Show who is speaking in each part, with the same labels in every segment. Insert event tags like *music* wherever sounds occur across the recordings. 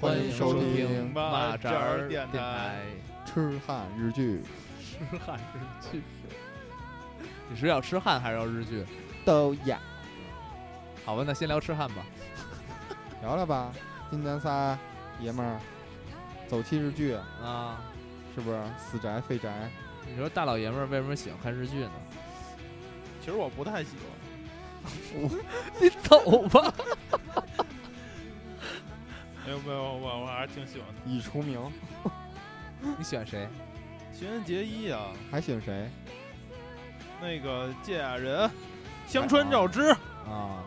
Speaker 1: 欢迎收听
Speaker 2: 蚂蚱儿电
Speaker 3: 电台。
Speaker 1: 痴汉日剧
Speaker 3: 吃汉日剧，你是要吃汉还是要日剧？
Speaker 1: 都呀，
Speaker 3: 好吧，那先聊吃汉吧。
Speaker 1: 聊聊吧。今咱仨爷们儿走亲日剧，
Speaker 3: 啊，
Speaker 1: 是不是死宅废宅？
Speaker 3: 你说大老爷们儿为什么喜欢看日剧呢？ *laughs*
Speaker 2: 其实我不太喜欢，
Speaker 3: 你走吧。
Speaker 2: 没有没有，我我还是挺喜欢的。
Speaker 1: 已除名，
Speaker 3: 你喜欢谁？
Speaker 2: 情人节一啊，
Speaker 1: 还选谁
Speaker 2: 那个借雅人、香川照之， *laughs*
Speaker 1: 啊？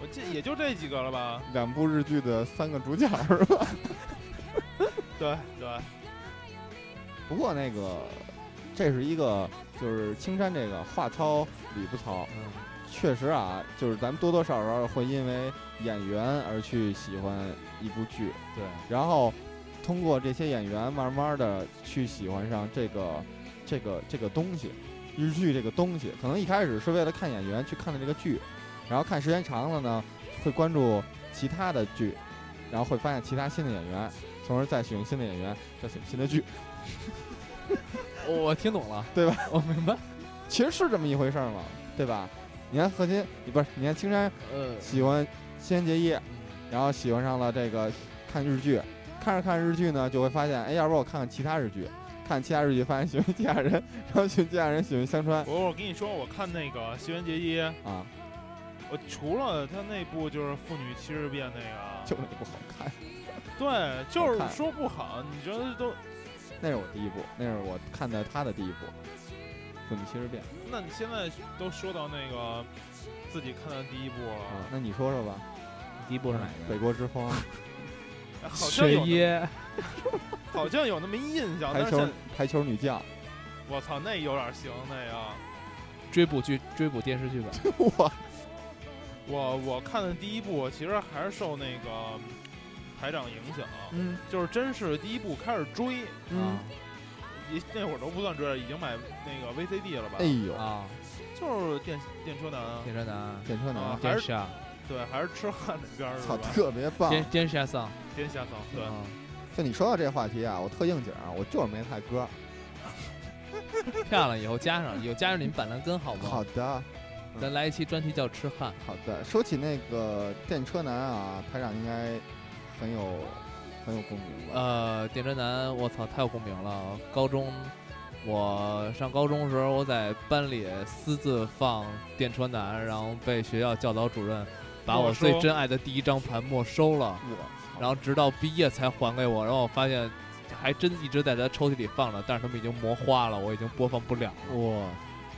Speaker 2: 我这也就这几个了吧？
Speaker 1: 两部日剧的三个主角是吧？
Speaker 2: 对对，
Speaker 1: 不过那个，这是一个就是青山这个话糙理不糙，
Speaker 3: 嗯，
Speaker 1: 确实啊，就是咱们多多少少会因为演员而去喜欢一部剧。
Speaker 3: 对，
Speaker 1: 然后通过这些演员慢慢的去喜欢上这个这个这个东西，日剧这个东西。可能一开始是为了看演员去看的这个剧，然后看时间长了呢，会关注其他的剧，然后会发现其他新的演员，从而再喜欢新的演员，再喜欢新的剧。
Speaker 3: 我我听懂了，
Speaker 1: 对吧？
Speaker 3: 我明白。
Speaker 1: 其实是这么一回事儿嘛，对吧？你看何心，不是你看青山
Speaker 3: 呃，
Speaker 1: 喜欢新垣结衣，然后喜欢上了这个看日剧，看着看日剧呢，就会发现，哎，要不然我看看其他日剧，看其他日剧发现喜欢其他人，然后喜欢其他人喜欢香川
Speaker 2: 我我跟你说，我看那个《新垣结衣》，
Speaker 1: 啊，
Speaker 2: 我除了他那部就是《妇女七十变》那
Speaker 1: 就
Speaker 2: 个，
Speaker 1: 那不好看，
Speaker 2: 对，就
Speaker 1: 好看
Speaker 2: 是说不好，你觉得都？
Speaker 1: 那是我第一部，那是我看的他的第一部《妇女七十变》
Speaker 2: 那你现在都说到那个自己看的第一部
Speaker 1: 啊
Speaker 2: 了，，
Speaker 1: 那你说说吧，
Speaker 3: 第一部是哪
Speaker 1: 北国之风》
Speaker 2: 好像
Speaker 3: 水
Speaker 2: 有那
Speaker 3: 耶，
Speaker 2: 好像有那么一印象，但
Speaker 1: 排
Speaker 2: 是
Speaker 1: 球
Speaker 2: 现
Speaker 1: 排球女将，
Speaker 2: 我操，那有点行那个。
Speaker 3: 追捕剧、追捕电视剧版。
Speaker 1: 我
Speaker 2: 我我看的第一部其实还是受那个台长影响，
Speaker 3: 嗯
Speaker 2: 就是真是第一部开始追，
Speaker 3: 嗯
Speaker 1: 啊，
Speaker 2: 也那会儿都不算追了，已经买那个 VCD 了吧？
Speaker 1: 哎呦，
Speaker 3: 啊，
Speaker 2: 就是电电车男啊，
Speaker 3: 电车男，
Speaker 1: 检车男
Speaker 2: 啊，
Speaker 3: 电
Speaker 2: 还是
Speaker 3: 视啊，
Speaker 2: 对，还是痴汉那边儿是
Speaker 1: 操，嗯
Speaker 2: 吧？
Speaker 1: 特别棒。
Speaker 3: 电电视啊桑。
Speaker 2: 天下桑对，
Speaker 3: 啊
Speaker 1: 就你说到这话题啊，我特应景儿，我就是没太歌。
Speaker 3: 漂亮，以后加上，以后加上你们板蓝根好不
Speaker 1: 好的。
Speaker 3: 咱来一期专题叫痴汉。
Speaker 1: 好的，说起那个电车男啊，台长应该很有很有共鸣吧？
Speaker 3: 呃，电车男，我操，太有共鸣了。高中，我上高中的时候，我在班里私自放电车男，然后被学校教导主任把呃我
Speaker 2: 没收
Speaker 3: 最珍爱的第一张盘没收了，
Speaker 1: 我
Speaker 3: 然后直到毕业才还给我。然后我发现，还真一直在他抽屉里放着，但是他们已经磨花了，我已经播放不了了。
Speaker 1: 我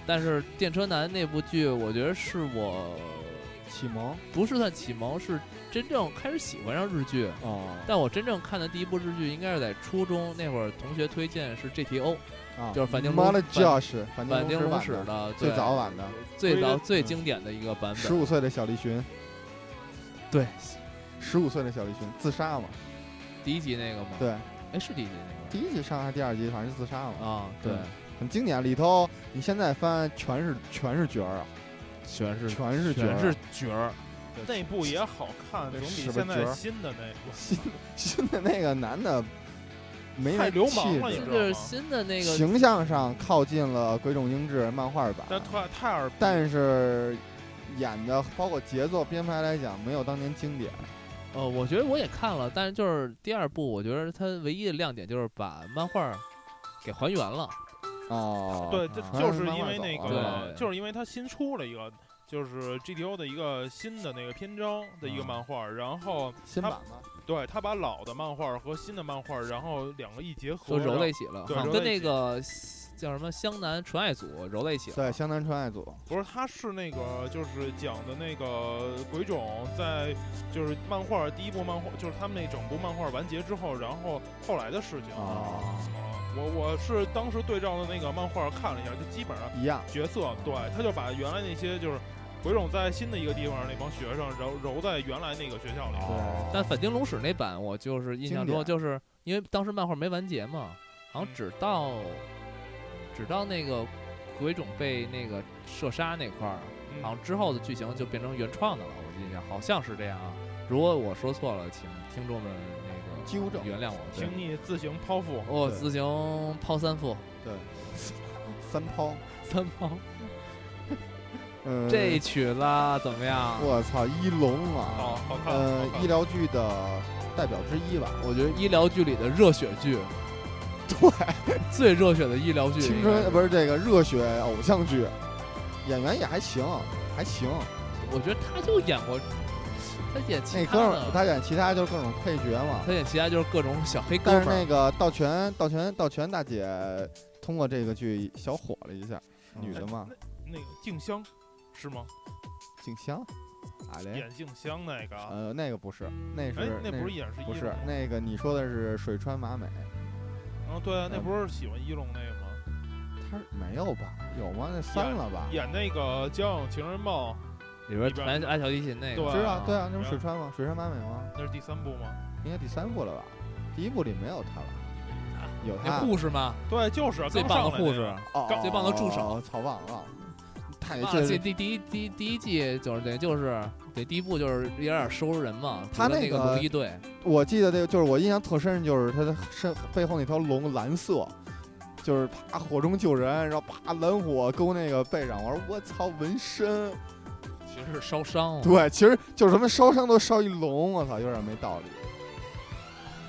Speaker 3: 但是电车男那部剧，我觉得是我
Speaker 1: 启蒙
Speaker 3: 不是算启蒙，是真正开始喜欢上日剧。
Speaker 1: 哦
Speaker 3: 但我真正看的第一部日剧应该是在初中那会儿，同学推荐是 GTO，
Speaker 1: 啊，
Speaker 3: 就是反町隆
Speaker 1: 妈的
Speaker 3: 反
Speaker 1: Josh，反
Speaker 3: 坂
Speaker 1: 町
Speaker 3: 町隆
Speaker 1: 隆
Speaker 3: 史
Speaker 1: 版的
Speaker 3: 的
Speaker 1: 最
Speaker 3: 对
Speaker 1: 早版的
Speaker 3: 最
Speaker 2: 归
Speaker 3: 早
Speaker 2: 根
Speaker 3: 最经典的一个版
Speaker 1: 十
Speaker 3: 本。
Speaker 1: 五岁的小栗旬，
Speaker 3: 对，
Speaker 1: 十五岁的小栗旬自杀嘛？
Speaker 3: 第一集那个吗？，
Speaker 1: 对，
Speaker 3: 哎，是第一集那
Speaker 1: 第一集上还是第嗯二集，反正是自杀
Speaker 3: 个
Speaker 1: 嘛，
Speaker 3: 啊，
Speaker 1: 对，很经典。里头你现在翻全是全是角儿啊，
Speaker 3: 全是
Speaker 1: 全是角儿啊，
Speaker 3: 全是角儿，
Speaker 2: 那部也好看，
Speaker 1: 这
Speaker 2: 总比
Speaker 1: 屎吧
Speaker 2: 现
Speaker 1: 角
Speaker 2: 在
Speaker 1: 儿
Speaker 2: 新的那部
Speaker 1: 新新的那个男的没那
Speaker 2: 太流氓了
Speaker 1: 气
Speaker 2: 你
Speaker 1: 质
Speaker 2: 知
Speaker 3: 就
Speaker 2: 道
Speaker 3: 是
Speaker 2: 吗
Speaker 3: 新的那个
Speaker 1: 形象上靠近了鬼冢英治漫画版，
Speaker 2: 但太太二逼，
Speaker 1: 但是演的包括节奏编排来讲，没有当年经典。
Speaker 3: 呃，我觉得我也看了，但是就是第二部，我觉得它唯一的亮点就是把漫画儿给还原了。
Speaker 1: 哦，
Speaker 2: 对，这
Speaker 1: 啊
Speaker 2: 就是因为那
Speaker 1: 慢慢啊
Speaker 3: 走
Speaker 2: 个
Speaker 3: 对，
Speaker 2: 就是因为它新出了一个，就是 GTO 的一个新的那个篇章的一个
Speaker 1: 嗯
Speaker 2: 漫画，然后
Speaker 1: 新版嘛，
Speaker 2: 对他把老的漫画和新的漫画，然后两个一结合，
Speaker 3: 都揉
Speaker 2: 然
Speaker 3: 在
Speaker 2: 后
Speaker 3: 一起了，
Speaker 2: 对
Speaker 3: 好像
Speaker 2: 揉
Speaker 3: 跟
Speaker 2: 在一
Speaker 3: 那
Speaker 2: 起
Speaker 3: 个叫什么湘南纯爱组揉在一起了。
Speaker 1: 对，湘南纯爱组
Speaker 2: 不是，他是那个就是讲的那个鬼冢在就是漫画第一部漫画，就是他们那整部漫画完结之后，然后后来的事情。
Speaker 1: 哦
Speaker 2: 我我是当时对照的那个漫画看了一下，就基本上
Speaker 1: 一样。
Speaker 2: 角色对，他就把原来那些就是鬼冢在新的一个地方那帮学生揉揉在原来那个学校里。
Speaker 1: 对
Speaker 3: 但反町隆史那版，我就是印象
Speaker 1: 经
Speaker 3: 中
Speaker 1: 典嗯
Speaker 3: 就是因为当时漫画没完结嘛，好像只到只到那个鬼冢被那个射杀那块儿，
Speaker 2: 嗯
Speaker 3: 好像之后的剧情就变成原创的了。我印象好像是这样啊，如果我说错了，请听众们那个
Speaker 1: 纠正
Speaker 3: 原谅我。对
Speaker 2: 请你自行剖腹。
Speaker 3: 我
Speaker 1: 对
Speaker 3: 自行抛三副，
Speaker 1: 对，三抛，
Speaker 3: 三抛。
Speaker 1: 嗯，
Speaker 3: 这曲子啊怎么样？
Speaker 1: 我操，一龙
Speaker 2: 好
Speaker 1: 啊，
Speaker 2: 好看，
Speaker 1: 呃
Speaker 2: 好，看
Speaker 1: 医疗剧的代表之一吧，
Speaker 3: 我觉得医疗剧里的热血剧，
Speaker 1: 对，
Speaker 3: 最热血的医疗剧
Speaker 1: *laughs* 青
Speaker 3: 应该是，
Speaker 1: 春不是这个热血偶像剧，演员也还行，还行。
Speaker 3: 我觉得他就演过，他演
Speaker 1: 那
Speaker 3: 其
Speaker 1: 哥
Speaker 3: 他
Speaker 1: 们儿
Speaker 3: 的，
Speaker 1: 他演其他就是各种配角嘛，
Speaker 3: 他演其他就是各种小黑哥
Speaker 1: 但是
Speaker 3: 们
Speaker 1: 那
Speaker 3: 儿。
Speaker 1: 个道全道全道全大姐通过这个剧小火了一下，
Speaker 2: 嗯
Speaker 1: 女的嘛，
Speaker 2: 那个静香是吗？
Speaker 1: 静香，啊嘞，
Speaker 2: 演静香那个啊，
Speaker 1: 呃，那个不是，那
Speaker 2: 哎
Speaker 1: 是，
Speaker 2: 那不是也是一
Speaker 1: 不
Speaker 2: 龙
Speaker 1: 是
Speaker 2: 吗？
Speaker 1: 那个你说的是水川麻美，
Speaker 2: 啊，对啊，那
Speaker 1: 嗯
Speaker 2: 不是喜欢一龙那个吗？
Speaker 1: 她是没有吧？有吗？那删了吧？
Speaker 2: 演那个《交响情人梦》，
Speaker 3: 里边
Speaker 2: 里边
Speaker 3: 弹爱小提琴那
Speaker 2: 对
Speaker 3: 个，
Speaker 1: 知道，对啊，那
Speaker 2: 然
Speaker 1: 不
Speaker 2: 后
Speaker 1: 是水川吗？水川麻美吗？
Speaker 2: 那是第三部吗？
Speaker 1: 应该第三部了吧？第一部里没有她吧？有
Speaker 3: 那
Speaker 1: 她，
Speaker 3: 护士嘛，
Speaker 2: 对，就是啊
Speaker 3: 最
Speaker 2: 刚
Speaker 3: 棒
Speaker 2: 上
Speaker 3: 的
Speaker 2: 来那
Speaker 3: 护
Speaker 2: 个
Speaker 3: 士。
Speaker 1: 哦
Speaker 3: 最棒的助手，
Speaker 1: 操，忘了忘了，哎太
Speaker 3: 啊，
Speaker 1: 这
Speaker 3: 这第第一第第一季就是等于就是对第一部就是有点收拾人嘛，
Speaker 1: 他
Speaker 3: 除了
Speaker 1: 那
Speaker 3: 那个
Speaker 1: 个
Speaker 3: 龙一队，
Speaker 1: 我记得那个就是我印象特深，就是他的身背后那条龙蓝色，就是啪火中救人，然后啪蓝火勾那个背上，我说我操纹身，
Speaker 3: 其实是烧伤了。
Speaker 1: 对，其实就是什么烧伤都烧一龙，我操，有点没道理。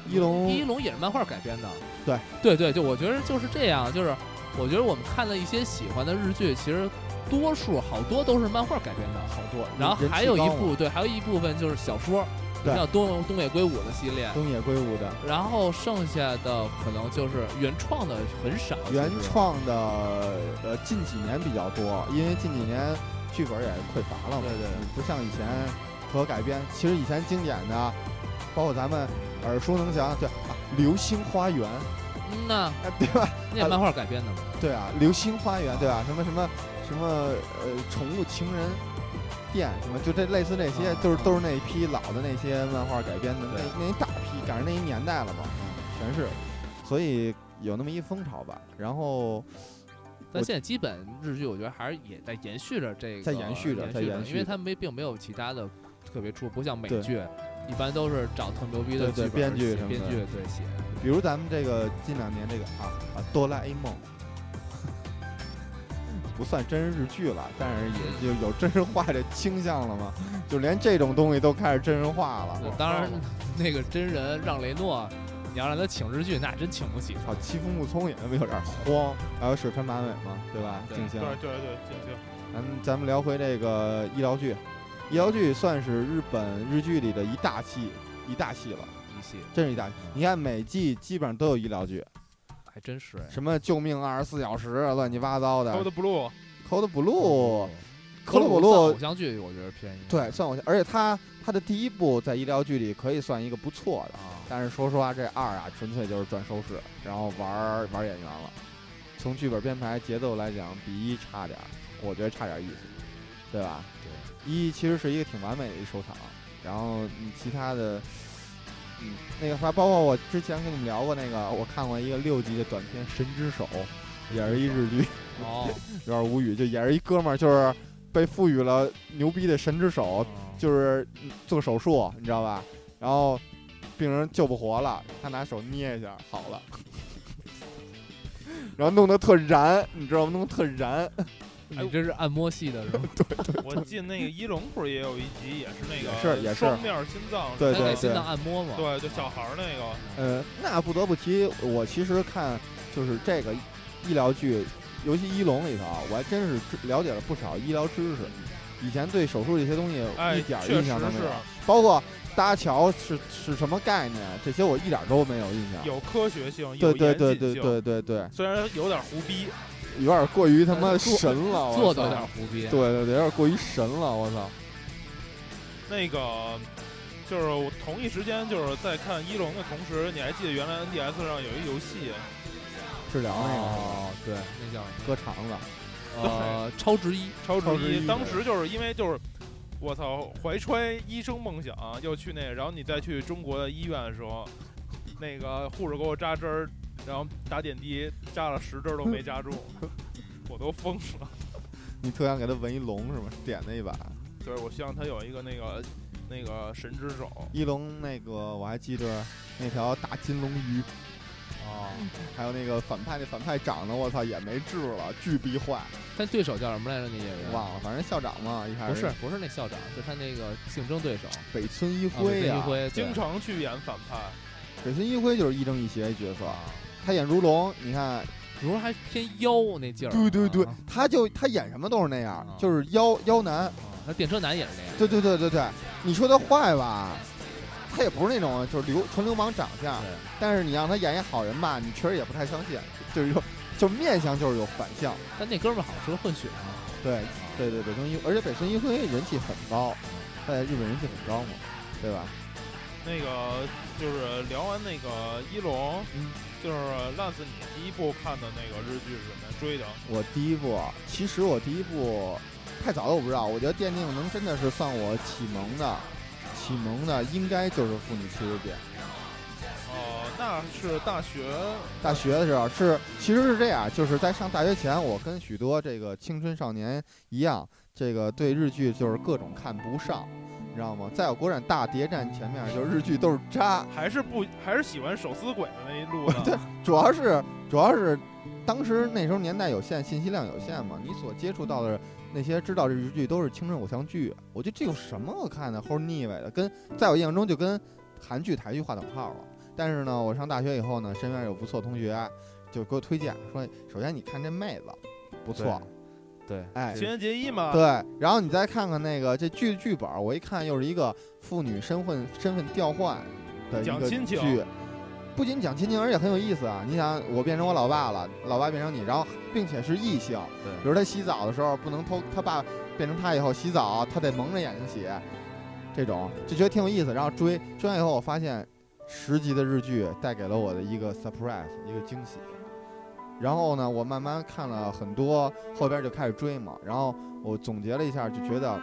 Speaker 1: 一
Speaker 3: 一
Speaker 1: 龙
Speaker 3: 龙也是漫画改编的。
Speaker 1: 对
Speaker 3: 对对，就我觉得就是这样，就是我觉得我们看的一些喜欢的日剧，其实多数好多都是漫画改编的。
Speaker 1: 好多，
Speaker 3: 然后
Speaker 1: 人气
Speaker 3: 还有
Speaker 1: 高
Speaker 3: 一
Speaker 1: 嘛
Speaker 3: 部，对，还有一部分就是小说，
Speaker 1: 对
Speaker 3: 像东东野圭吾的系列，
Speaker 1: 东野圭吾的
Speaker 3: 然后剩下的可能就是原创的很少。其实
Speaker 1: 原创的，呃，近几年比较多，因为近几年剧本也匮乏了嘛，
Speaker 3: 对对对
Speaker 1: 不像以前可改编。其实以前经典的，包括咱们耳熟能详，对啊，《流星花园》
Speaker 3: 嗯呐，
Speaker 1: 啊，对吧？ *laughs*
Speaker 3: 那也漫画改编的嘛。
Speaker 1: 对啊，《流星花园》对吧？什么什么什么呃，宠物情人店什么，就这类似这些，
Speaker 3: 啊
Speaker 1: 都是
Speaker 3: 啊
Speaker 1: 都是那一批老的那些漫画改编的
Speaker 3: 对嗯
Speaker 1: 那那一大批，赶上那一年代了嘛，全是，所以有那么一风潮吧。然后
Speaker 3: 但
Speaker 1: 我
Speaker 3: 现在基本日剧，我觉得还是也在延续着这个，
Speaker 1: 在延续着在延续
Speaker 3: 因为
Speaker 1: 着
Speaker 3: 它没并没有其他的特别出，不像美
Speaker 1: 对
Speaker 3: 剧，一般都是找特牛逼的
Speaker 1: 对对
Speaker 3: 剧本
Speaker 1: 编剧
Speaker 3: 写
Speaker 1: 什么
Speaker 3: 编
Speaker 1: 的啊
Speaker 3: 剧对写。
Speaker 1: 比如咱们这个近两年这个啊啊哆啦 A 梦，不算真人日剧了，但是也就有真人化这倾向了嘛，就连这种东西都开始真人化了
Speaker 3: 那，当然， *laughs* 那个真人让雷诺，你要让他请日剧，那真请不起。
Speaker 1: 好欺负木聪也没有点慌，还有水川麻美嘛，对吧？
Speaker 3: 对
Speaker 1: 静香
Speaker 2: 对，对对，静香。
Speaker 1: 咱们咱们聊回这个医疗剧，医疗剧算是日本日剧里的一大系一大系了，
Speaker 3: 一系
Speaker 1: 真是一大系。
Speaker 3: 嗯
Speaker 1: 你看每季基本上都有医疗剧，
Speaker 3: 还真是哎。
Speaker 1: 什么救命二十四小时，啊乱七八糟的
Speaker 2: Code Blue，
Speaker 1: Code Blue。
Speaker 3: 科
Speaker 1: 克鲁
Speaker 3: 算
Speaker 1: 姆哦洛
Speaker 3: 偶像剧，我觉得偏一点
Speaker 1: 对，算我，而且他他的第一部在医疗剧里可以算一个不错的，
Speaker 3: 啊，
Speaker 1: 但是说实话，这二啊纯粹就是赚收视，然后玩儿玩儿演员了。从剧本编排、节奏来讲，比一差点儿，我觉得差点意思，对吧？对，一其实是一个挺完美的一收场，然后你其他的，嗯，那个还包括我之前跟你们聊过那个，我看过一个六集的短片《神之手》，也是一日剧， *laughs*
Speaker 3: 哦，
Speaker 1: 有点无语，就也是一哥们儿，就是被赋予了牛逼的神之手，
Speaker 3: 哦
Speaker 1: 就是做手术，你知道吧？然后病人救不活了，他拿手捏一下，好了。 *laughs* 然后弄得特燃，你知道吗？弄得特燃。
Speaker 3: 你这是按摩系的是吗？
Speaker 2: 我进那个一龙不是也有一集，也是那个
Speaker 1: 也是也是
Speaker 2: 双面心脏，
Speaker 1: *laughs* 对
Speaker 3: 他给
Speaker 1: 对
Speaker 3: 心脏按摩嗯嘛。
Speaker 2: 对对，小孩儿那个，
Speaker 1: 呃，那不得不提，我其实看就是这个医疗剧，尤其《医龙》里头啊，我还真是知了解了不少医疗知识。以前对手术这些东西
Speaker 2: 哎，
Speaker 1: 一点儿
Speaker 2: 确
Speaker 1: 印
Speaker 2: 实
Speaker 1: 象都没有，
Speaker 2: 是
Speaker 1: 包括搭桥是是什么概念，啊这些我一点儿都没有印象。
Speaker 2: 有科学性，有
Speaker 1: 对对
Speaker 2: 严
Speaker 1: 对
Speaker 2: 谨
Speaker 1: 对
Speaker 2: 性
Speaker 1: 对对对。
Speaker 2: 虽然有点胡逼，
Speaker 1: 有点过于他妈
Speaker 3: 呃做
Speaker 1: 神了，我
Speaker 3: 做的有
Speaker 1: 操
Speaker 3: 点胡逼。
Speaker 1: 嗯对对对，有点过于神了，我操！
Speaker 2: 那个就是我同一时间就是在看一龙的同时，你还记得原来 NDS 上有一游戏，
Speaker 1: 治疗那个是吧
Speaker 3: 哦，对，那叫什么
Speaker 1: 割肠子，
Speaker 3: 呃超值一。
Speaker 2: 超
Speaker 1: 超时
Speaker 2: 时
Speaker 1: 一
Speaker 2: 当时就是因为就是。我操！怀揣医生梦想要去那，然后你再去中国的医院的时候，那个护士给我扎针儿，然后打点滴，扎了十针儿都没
Speaker 1: *laughs*
Speaker 2: 扎住，我都疯了。
Speaker 1: 你特想给他纹一龙是吗？点那一把，
Speaker 2: 对，我希望他有一个那个那个神之手，
Speaker 1: 一龙那个我还记着那条大金龙鱼，
Speaker 3: 哦，
Speaker 1: 还有那个反派那反派长得我操也没治了，巨逼坏，
Speaker 3: 但对手叫什么来着？那演员
Speaker 1: 忘了，反正校长嘛，一开始
Speaker 3: 不是不是那校长，就他那个竞争对手
Speaker 1: 北村一
Speaker 3: 啊北
Speaker 1: 辉
Speaker 3: 村
Speaker 1: 呀、
Speaker 3: 一辉，
Speaker 2: 经
Speaker 3: 对
Speaker 2: 常去演反派。
Speaker 1: 北村一辉就是亦正亦邪角色，
Speaker 3: 啊，
Speaker 1: 他演如龙，你看
Speaker 3: 比如说还偏妖那劲儿啊，
Speaker 1: 对对对
Speaker 3: 啊，
Speaker 1: 他就他演什么都是那样
Speaker 3: 啊，
Speaker 1: 就是妖妖男。
Speaker 3: 他电车男也是那样，
Speaker 1: 对对对对对，你说他坏吧，他也不是那种就是流纯流氓长相，
Speaker 3: 对
Speaker 1: 但是你让他演一好人吧，你确实也不太相信，就是有就面相就是有反向。
Speaker 3: 但那哥们儿好像是个混血啊，
Speaker 1: 对对对，北村一，而且北村一辉人气很高，他在日本人气很高嘛，对吧？
Speaker 2: 那个就是聊完那个一龙，
Speaker 1: 嗯
Speaker 2: 就是 Lance，你第一部看的那个日剧是什么呀？追的？
Speaker 1: 我第一部，其实我第一部太早了，我不知道。我觉得《电竞能真的是算我启蒙的，启蒙的应该就是《妇女奇遇记》。
Speaker 2: 哦、那是大学，
Speaker 1: 大学的时候是，其实是这样，就是在上大学前，我跟许多这个青春少年一样，这个对日剧就是各种看不上，你知道吗？在我国产大谍战前面，就是日剧都是渣，
Speaker 2: 还是不还是喜欢手撕鬼的那一路
Speaker 1: *laughs* 对
Speaker 2: 的。
Speaker 1: 主要是主要是当时那时候年代有限，信息量有限嘛，你所接触到的那些知道的日剧都是青春偶像剧，我觉得这有什么可看的，齁腻歪的，跟在我印象中就跟韩剧、台剧划等号了。但是呢，我上大学以后呢，身边有不错同学就给我推荐说，首先你看这妹子不错，
Speaker 3: 对，
Speaker 1: 哎，
Speaker 2: 情人结衣嘛，
Speaker 1: 对，然后你再看看那个这剧的剧本儿，我一看又是一个妇女身份身份调换的一
Speaker 2: 讲
Speaker 1: 个
Speaker 2: 亲情
Speaker 1: 剧，不仅讲亲情，而且很有意思啊！你想，我变成我老爸了，老爸变成你，然后并且是异性，比
Speaker 3: 对，
Speaker 1: 如他洗澡的时候不能偷，他爸变成他以后洗澡，他得蒙着眼睛洗，这种就觉得挺有意思。然后追追完以后，我发现十集的日剧带给了我的一个 surprise，一个惊喜。然后呢，我慢慢看了很多，后边就开始追嘛。然后我总结了一下，就觉得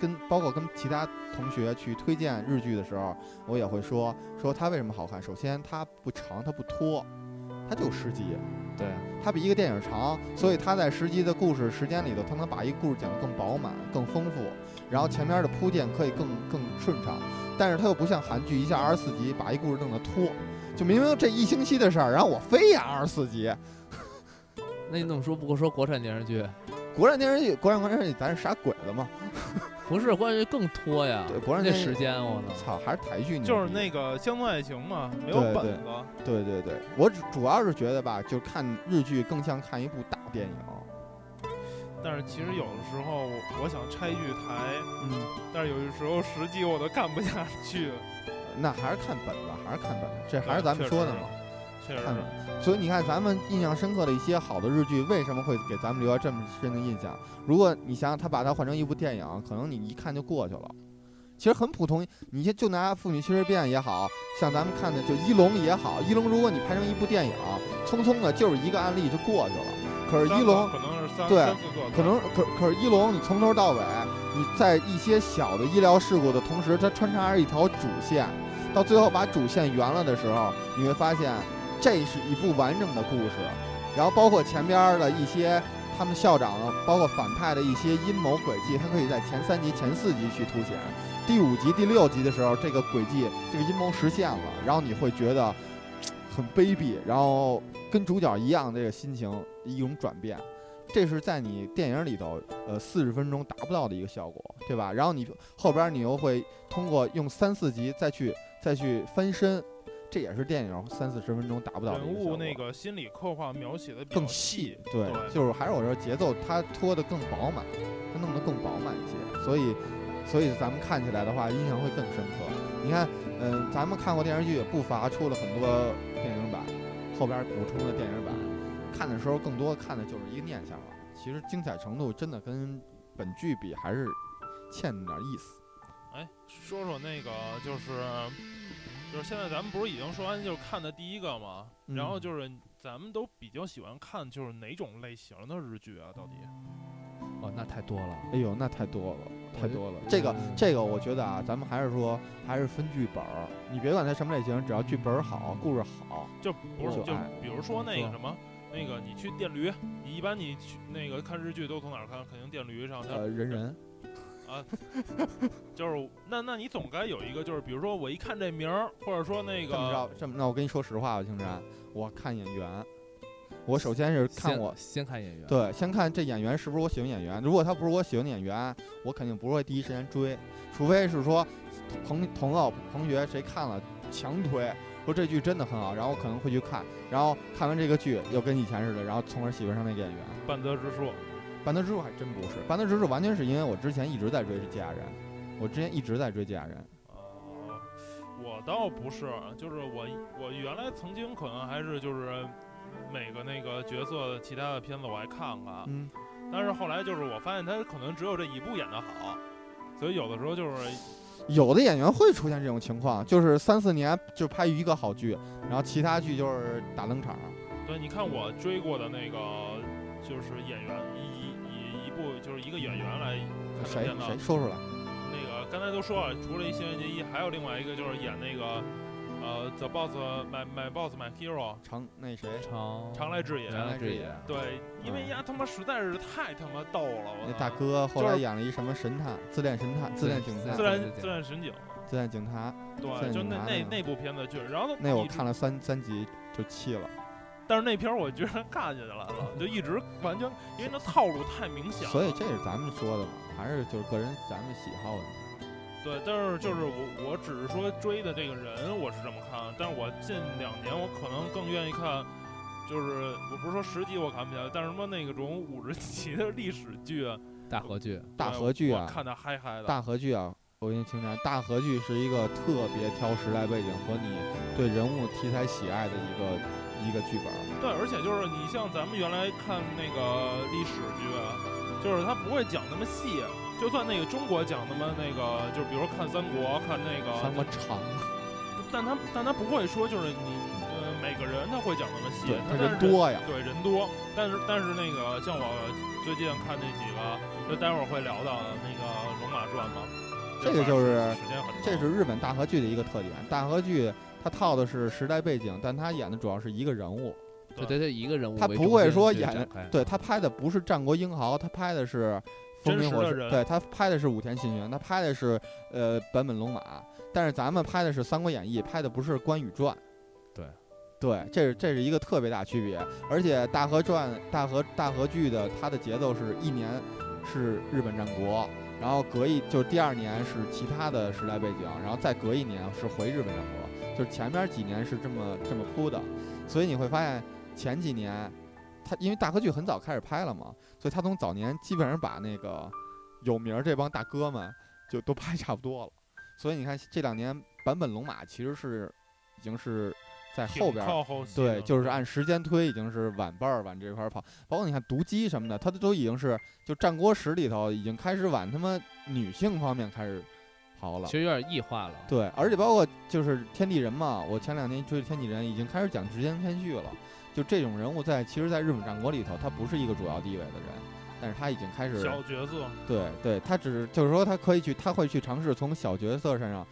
Speaker 1: 跟包括跟其他同学去推荐日剧的时候，我也会说说它为什么好看。首先，它不长，它不拖，它就十集。
Speaker 3: 对，
Speaker 1: 它比一个电影长，所以它在十集的故事时间里头，它能把一个故事讲得更饱满、更丰富，然后前面的铺垫可以更更顺畅。但是它又不像韩剧一下二十四集把一故事弄得拖，就明明这一星期的事儿，然后我非演二十四集。
Speaker 3: 那你怎么说不过说国产电视剧？
Speaker 1: 国产电视剧，国产电视剧咱是傻鬼子嘛？
Speaker 3: 不是，关键更拖呀，
Speaker 1: 对国产
Speaker 3: 那
Speaker 1: 电视
Speaker 3: 时间我操，
Speaker 1: 操，还是台剧牛逼
Speaker 2: 就是那个乡村爱情嘛，没有
Speaker 1: 对
Speaker 2: 本
Speaker 1: 对
Speaker 2: 子。
Speaker 1: 对对对，我主主要是觉得吧，就看日剧更像看一部大电影。
Speaker 2: 但是其实有的时候我我想拆剧台，
Speaker 1: 嗯，
Speaker 2: 但是有的时候十集我都看不下去，
Speaker 1: 那还是看本子，还是看本子，这还是咱们说的嘛。
Speaker 2: 确实
Speaker 1: 看吧所以你看，咱们印象深刻的一些好的日剧，为什么会给咱们留下这么深的印象？如果你想想，他把它换成一部电影，可能你一看就过去了。其实很普通，你就就拿《妇女七十变》也好像咱们看的就《一龙》也好，《一龙》如果你拍成一部电影，匆匆的就是一个案例就过去了。可是《一
Speaker 2: 三个
Speaker 1: 龙》
Speaker 2: 可能是三
Speaker 1: 对
Speaker 2: 三四个，
Speaker 1: 可能可可是《一龙》，你从头到尾，你在一些小的医疗事故的同时，它穿插着一条主线，到最后把主线圆了的时候，你会发现这是一部完整的故事。然后包括前边儿的一些他们校长，包括反派的一些阴谋诡计，它可以在前三集、前四集去凸显。第五集、第六集的时候，这个诡计、这个阴谋实现了，然后你会觉得很卑鄙，然后跟主角一样，这个心情一种转变。这是在你电影里头，呃，四十分钟达不到的一个效果，对吧？然后你后边你又会通过用三四集再去再去翻身，这也是电影三四十分钟达不到的
Speaker 2: 人
Speaker 1: 一个效
Speaker 2: 物
Speaker 1: 果。
Speaker 2: 那个心理刻画描写的
Speaker 1: 更细，对，
Speaker 2: 对
Speaker 1: 就是还是我说节奏它拖得更饱满，它弄得更饱满一些，所以所以咱们看起来的话印象会更深刻。你看，嗯、咱们看过电视剧也不乏出了很多电影版，后边补充的电影版，看的时候更多看的就是一个念想了。其实精彩程度真的跟本剧比还是欠点意思。
Speaker 2: 哎，说说那个就是，就是现在咱们不是已经说完就是看的第一个吗？
Speaker 1: 嗯
Speaker 2: 然后就是咱们都比较喜欢看就是哪种类型的日剧啊？到底？
Speaker 3: 哦，那太多了，
Speaker 1: 哎呦，那太多了，
Speaker 3: 我
Speaker 1: 太
Speaker 3: 就
Speaker 1: 多了。哎这个
Speaker 3: 嗯
Speaker 1: 这个，我觉得啊，咱们还是说还是分剧本儿，你别管它什么类型，只要剧本儿好，故事好，
Speaker 2: 就不是
Speaker 1: 我哎
Speaker 2: 就
Speaker 1: 爱
Speaker 2: 比如说那
Speaker 1: 你
Speaker 2: 个
Speaker 1: 说
Speaker 2: 什么，那个你去电驴，你一般你去那个看日剧都从哪儿看？肯定电驴上，它
Speaker 1: 呃呃，人人。
Speaker 2: 啊，就是那那你总该有一个，就是比如说我一看这名儿，或者说那
Speaker 1: 这么
Speaker 2: 个
Speaker 1: 着，这么那我跟你说实话吧，青山，我看演员，我首先是看
Speaker 3: 先
Speaker 1: 我
Speaker 3: 先看演员，，
Speaker 1: 对，先看这演员是不是我喜欢演员。如果他不是我喜欢的演员，我肯定不会第一时间追，除非是说朋朋友同学谁看了强推，说这剧真的很好，然后我可能会去看，然后看完这个剧又跟以前似的，然后从而喜欢上那个演员。
Speaker 2: 半泽直树，
Speaker 1: 半泽直树还真不是，半泽直树完全是因为我之前一直在追是芥雅人，我之前一直在追芥雅人。
Speaker 2: 啊，我倒不是，啊就是我我原来曾经可能还是就是每个那个角色的其他的片子我还看看，
Speaker 1: 嗯，
Speaker 2: 但是后来就是我发现他可能只有这一部演得好，所以有的时候就是
Speaker 1: 有的演员会出现这种情况，就是三四年就拍一个好剧，然后其他剧就是打冷场。
Speaker 2: 对，你看我追过的那个就是演员以以一部就是一个演员来看
Speaker 1: 啊谁
Speaker 2: 的片
Speaker 1: 谁
Speaker 2: 子，
Speaker 1: 说出来？
Speaker 2: 那个刚才都说了，除了一新垣结衣，还有另外一个就是演那个呃 The Boss My My Boss My Hero
Speaker 1: 长那谁
Speaker 3: 常
Speaker 2: 常来智也。
Speaker 3: 常来智也，
Speaker 2: 对，因为丫他妈实在是太他妈逗了，我
Speaker 1: 嗯那
Speaker 2: 操
Speaker 1: 大哥后来
Speaker 2: 就是
Speaker 1: 演了一什么神探，自恋神探、自
Speaker 3: 对
Speaker 1: 恋警
Speaker 3: 自
Speaker 1: 探
Speaker 2: 自、
Speaker 3: 自
Speaker 2: 然
Speaker 3: 然
Speaker 2: 自然神警，
Speaker 1: 自恋警察，
Speaker 2: 对，就那
Speaker 1: 自然警察
Speaker 2: 那
Speaker 1: 呢
Speaker 2: 那部片子确实，然后
Speaker 1: 那我
Speaker 2: 一直
Speaker 1: 看了三三集就气了。
Speaker 2: 但是那片儿我居然看下去了，就一直完全因为那套路太明显了，
Speaker 1: 所以这是咱们说的嘛，还是就是个人咱们喜好问题。
Speaker 2: 对，但是就是我，我只是说追的这个人，我是这么看。但是我近两年，我可能更愿意看，就是我不是说十集我看不下去，但是什么那种五十集的历史剧，啊
Speaker 3: 大合剧，
Speaker 1: 大
Speaker 2: 对
Speaker 1: 合剧
Speaker 2: 我
Speaker 1: 啊，
Speaker 2: 看的嗨嗨的。
Speaker 1: 大合剧啊，我跟你清谈，大合剧是一个特别挑时代背景和你对人物题材喜爱的一个一个剧本儿。
Speaker 2: 对，而且就是你像咱们原来看那个历史剧啊，就是他不会讲那么细，就算那个中国讲那么那个，就比如说看三国，看那个
Speaker 1: 三国长，
Speaker 2: 但他但他不会说就是你呃每个人他会讲那么细，
Speaker 1: 对，
Speaker 2: 他
Speaker 1: 他
Speaker 2: 但
Speaker 1: 人
Speaker 2: 是
Speaker 1: 多呀。
Speaker 2: 对，人多，但是但是那个像我最近看那几个，就待会儿会聊到的那个《龙马传》嘛，
Speaker 1: 这个就是
Speaker 2: 反正时时间很长，
Speaker 1: 这是日本大合剧的一个特点。大合剧它套的是时代背景，但它演的主要是一个人物。
Speaker 3: 对对对，一个人物
Speaker 1: 他
Speaker 3: 为
Speaker 1: 不
Speaker 3: 中
Speaker 1: 会
Speaker 3: 心
Speaker 1: 说
Speaker 3: 去
Speaker 1: 演
Speaker 3: 展
Speaker 1: 的
Speaker 3: 开，
Speaker 1: 对他拍的不是战国英豪，他拍的是风
Speaker 2: 真
Speaker 1: 林
Speaker 2: 实
Speaker 1: 火
Speaker 2: 的
Speaker 1: 势，
Speaker 2: 人啊
Speaker 1: 对他拍的是武田信玄，他拍的是呃坂本龙马，但是咱们拍的是《三国演义》，拍的不是《关羽传》。
Speaker 3: 对，
Speaker 1: 对，这是这是一个特别大区别，而且大河传、大河大河剧的它的节奏是一年是日本战国，然后隔一就是第二年是其他的时代背景，然后再隔一年是回日本战国，就是前面几年是这么这么铺的，所以你会发现前几年，他因为大合剧很早开始拍了嘛，所以他从早年基本上把那个有名儿这帮大哥们就都拍差不多了，所以你看这两年版本龙马其实是已经是在
Speaker 2: 挺
Speaker 1: 后边儿
Speaker 2: 靠后期的
Speaker 1: 对，就是按时间推，已经是晚辈儿往这块儿跑。包括你看毒鸡什么的，它都已经是就战国史里头已经开始往他妈女性方面开始刨了
Speaker 3: 其。实有点异化了。
Speaker 1: 对，而且包括就是天地人嘛，我前两年追的天地人已经开始讲直间天序了。就这种人物在其实，在日本战国里头，他不是一个主要地位的人，但是他已经开始
Speaker 2: 小角色，
Speaker 1: 对对，他只是就是说他可以去，他会去尝试从小角色身上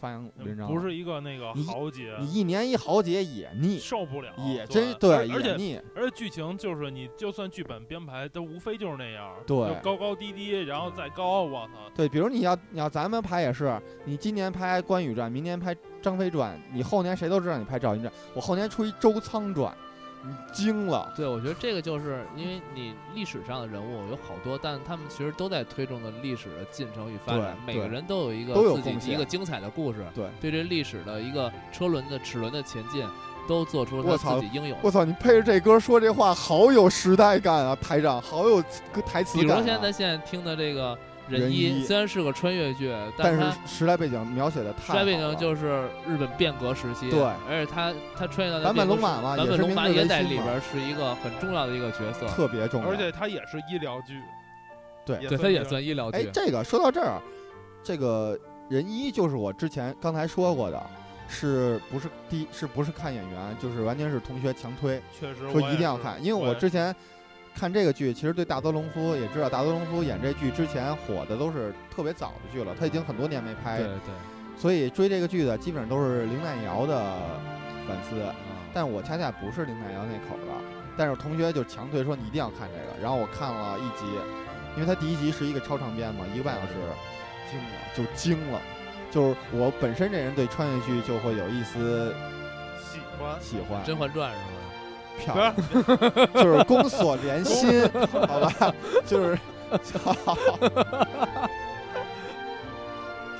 Speaker 1: 发扬文章。
Speaker 2: 嗯不是一个那个
Speaker 1: 你
Speaker 2: 豪杰，
Speaker 1: 你一年一豪杰也腻，
Speaker 2: 受不了，
Speaker 1: 也真
Speaker 2: 啊对，而
Speaker 1: 也
Speaker 2: 而且
Speaker 1: 腻。
Speaker 2: 而且剧情就是你就算剧本编排，都无非就是那样儿，
Speaker 1: 对
Speaker 2: 就高高低低，然后再高，我操，
Speaker 1: 对，比如你要你要咱们拍也是，你今年拍《关羽传》，明年拍张飞传，你后年谁都知道你拍赵云传，我后年出一周仓传，你惊了。
Speaker 3: 对，我觉得这个就是因为你历史上的人物有好多，但他们其实都在推动着历史的进程与发展，每
Speaker 1: 对
Speaker 3: 个
Speaker 1: 对
Speaker 3: 人都有一个
Speaker 1: 都有
Speaker 3: 自
Speaker 1: 贡
Speaker 3: 己
Speaker 1: 献
Speaker 3: 一个精彩的故事，
Speaker 1: 对，
Speaker 3: 对这历史的一个车轮的齿轮的前进，都做出他
Speaker 1: 我操
Speaker 3: 自己应有的。
Speaker 1: 我操，你配着这歌说这话，好有时代感啊，台长，好有台词
Speaker 3: 比如
Speaker 1: 感、啊。
Speaker 3: 现在现在听的这个仁
Speaker 1: 仁
Speaker 3: 一，
Speaker 1: 一
Speaker 3: 虽然是个穿越剧，
Speaker 1: 但
Speaker 3: 它
Speaker 1: 是时代背景描写的太好
Speaker 3: 衰
Speaker 1: 了。
Speaker 3: 变成就是日本变革时期，
Speaker 1: 对
Speaker 3: 而且他他穿越到那
Speaker 1: 坂
Speaker 3: 变
Speaker 1: 本
Speaker 3: 革
Speaker 1: 龙马
Speaker 3: 时
Speaker 1: 嘛
Speaker 3: 版
Speaker 1: 也
Speaker 3: 本
Speaker 1: 是
Speaker 3: 龙
Speaker 1: 明
Speaker 3: 马
Speaker 1: 治维
Speaker 3: 也在
Speaker 1: 新
Speaker 3: 里
Speaker 1: 嘛
Speaker 3: 边儿是一个很重要的一个角色，
Speaker 1: 特别重要，
Speaker 2: 而且它也是医疗剧，
Speaker 1: 对
Speaker 3: 对他也
Speaker 2: 是
Speaker 3: 算医疗
Speaker 1: 哎
Speaker 3: 剧，，
Speaker 1: 这个说到这儿，这个仁一就是我之前刚才说过的，是不是第一是不是看演员，就是完全是同学强推。
Speaker 2: 确实
Speaker 1: 说
Speaker 2: 我
Speaker 1: 一
Speaker 2: 也
Speaker 1: 定要
Speaker 2: 是
Speaker 1: 看，因为
Speaker 2: 我
Speaker 1: 我
Speaker 2: 也
Speaker 1: 之前看这个剧，其实对大泽隆夫也知道，大泽隆夫演这剧之前火的都是特别早的剧了，他已经很多年没拍
Speaker 3: 对
Speaker 1: 了，
Speaker 3: 对
Speaker 1: 所以追这个剧的基本上都是林奈瑶的粉丝，
Speaker 3: 嗯
Speaker 1: 但我恰恰不是林奈瑶那口儿的，但是同学就强推说你一定要看这个，然后我看了一集，因为它第一集是一个超长篇嘛，一个半小时，惊了，就惊了。就是我本身这人对穿越剧就会有一丝
Speaker 2: 喜欢。
Speaker 1: 喜欢，
Speaker 3: 《甄嬛传》是吗？
Speaker 1: 漂
Speaker 2: 不
Speaker 1: 亮，
Speaker 2: 是，
Speaker 1: *laughs* 就是宫锁连心，好吧，就是， *laughs*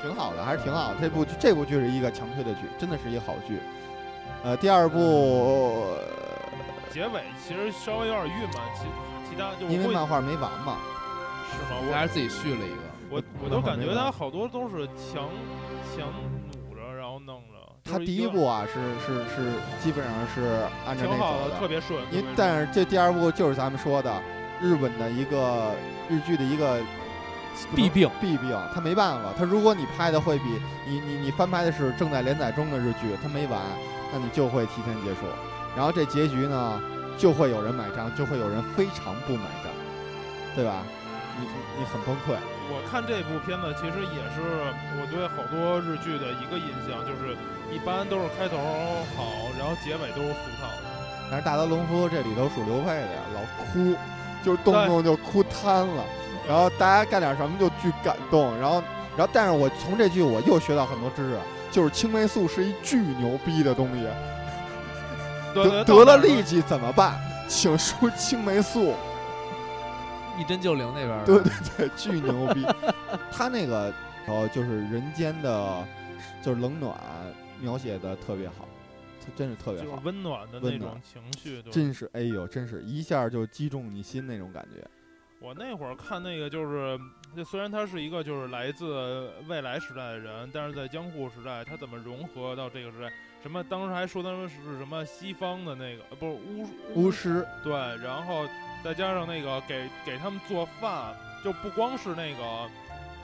Speaker 1: 挺好的，还是挺好的。这部剧这部剧是一个强推的剧，真的是一个好剧。呃，第二部，
Speaker 2: 嗯结尾其实稍微有点郁闷，其其他就
Speaker 1: 因
Speaker 2: 我
Speaker 1: 为
Speaker 2: 会
Speaker 1: 漫画没完嘛，
Speaker 2: 是吗？
Speaker 3: 还
Speaker 2: 我
Speaker 3: 是自己续了一个？
Speaker 2: 我我
Speaker 1: 漫
Speaker 2: 都
Speaker 1: 画
Speaker 2: 感
Speaker 1: 没
Speaker 2: 觉
Speaker 1: 完
Speaker 2: 他好多都是强强弩着，然后弄着。就
Speaker 1: 它
Speaker 2: 是
Speaker 1: 第
Speaker 2: 有
Speaker 1: 一
Speaker 2: 点
Speaker 1: 部啊是是是基本上是按照那
Speaker 2: 挺好
Speaker 1: 走
Speaker 2: 的，特别顺。特
Speaker 1: 因为
Speaker 2: 别
Speaker 1: 但是这第二部就是咱们说的日本的一个日剧的一个不能
Speaker 3: 弊病
Speaker 1: 弊病，他没办法。他如果你拍的会比你你你翻拍的是正在连载中的日剧，它没完，那你就会提前结束。然后这结局呢，就会有人买账，就会有人非常不买账，对吧？你你你很崩溃，
Speaker 2: 我看这部片子，其实也是我对好多日剧的一个印象，就是一般都是开头好，然后结尾都是俗套的。
Speaker 1: 但是大德隆夫这里头属刘备的呀，老哭，就是动不动就哭瘫了，然后大家干点什么就巨感动，然后然后但是我从这剧我又学到很多知识，就是青霉素是一巨牛逼的东西，
Speaker 2: 对
Speaker 1: 得
Speaker 2: 对
Speaker 1: 得了
Speaker 2: 利
Speaker 1: 痢疾怎么办？ *laughs* 请输青霉素，
Speaker 3: 一针就灵那边儿
Speaker 1: 对
Speaker 3: 的
Speaker 1: 对对，巨牛逼。 *laughs* 他那个哦，就是人间的，就是冷暖描写的特别好，他真是特别
Speaker 2: 就是
Speaker 1: 好，
Speaker 2: 温暖的那
Speaker 1: 温
Speaker 2: 种
Speaker 1: 暖
Speaker 2: 情绪。对吧
Speaker 1: 真是哎呦，真是一下就击中你心那种感觉。
Speaker 2: 我那会儿看那个就是，就虽然他是一个就是来自未来时代的人，但是在江户时代，他怎么融合到这个时代？什么当时还说他们是什么西方的那个，呃不是巫
Speaker 1: 巫师
Speaker 2: 对，然后再加上那个给给他们做饭，就不光是那个，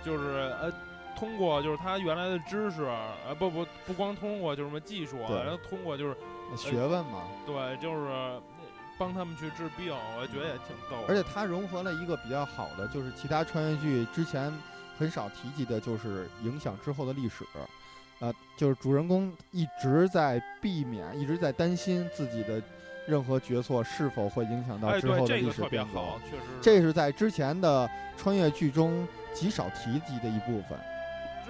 Speaker 2: 就是呃，通过就是他原来的知识，呃，不不不光通过就是什么技术啊，
Speaker 1: 对
Speaker 2: 然后通过就是
Speaker 1: 学问嘛，
Speaker 2: 对，就是帮他们去治病，我觉得也挺逗的。
Speaker 1: 而且它融合了一个比较好的，就是其他穿越剧之前很少提及的，就是影响之后的历史。呃，就是主人公一直在避免，一直在担心自己的任何决策是否会影响到
Speaker 2: 哎，
Speaker 1: 之后
Speaker 2: 对，
Speaker 1: 的
Speaker 2: 这
Speaker 1: 历
Speaker 2: 个
Speaker 1: 史
Speaker 2: 特别
Speaker 1: 变革。
Speaker 2: 好，确实是。
Speaker 1: 这是在之前的穿越剧中极少提及的一部分。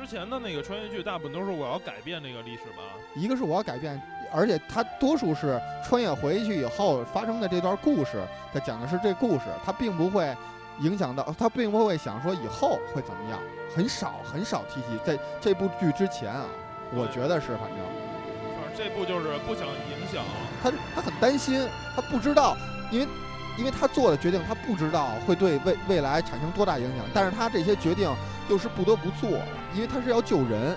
Speaker 2: 之前的那个穿越剧，大部分都是我要改变这个历史吧。
Speaker 1: 一个是我要改变，而且它多数是穿越回去以后发生的这段故事，它讲的是这故事，它并不会影响到，它并不会想说以后会怎么样，很少很少提及在这部剧之前啊，我觉得是反正
Speaker 2: 反正这部就是不想影响，
Speaker 1: 他他很担心，他不知道，因为因为他做的决定他不知道会对未未来产生多大影响，但是他这些决定又是不得不做，因为他是要救人。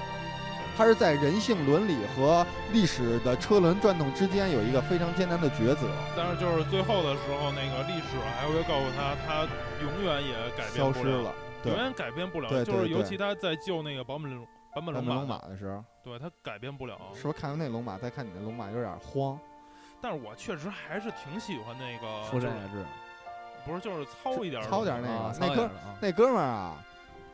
Speaker 1: 他是在人性伦理和历史的车轮转动之间有一个非常艰难的抉择，
Speaker 2: 但是就是最后的时候，那个历史还会告诉他，他永远也改变
Speaker 1: 消
Speaker 2: 不
Speaker 1: 失
Speaker 2: 了。
Speaker 1: 了。对
Speaker 2: 永远改变不了，
Speaker 1: 对
Speaker 2: 就是
Speaker 1: 对
Speaker 2: 尤
Speaker 1: 对
Speaker 2: 其他在救那个版本龙版本龙
Speaker 1: 咱
Speaker 2: 马，
Speaker 1: 们龙马的时候，
Speaker 2: 对他改变不了。
Speaker 1: 是不是看完那龙马再看你的龙马有点慌？
Speaker 2: 但是我确实还是挺喜欢那个，
Speaker 3: 出
Speaker 2: 就
Speaker 3: 山
Speaker 2: 是
Speaker 3: 雅治
Speaker 2: 不是就是糙一点儿的，
Speaker 1: 糙点儿那个
Speaker 3: 啊，
Speaker 1: 那
Speaker 3: 苍
Speaker 1: 哥
Speaker 3: 蝇儿啊
Speaker 1: 那哥们儿啊，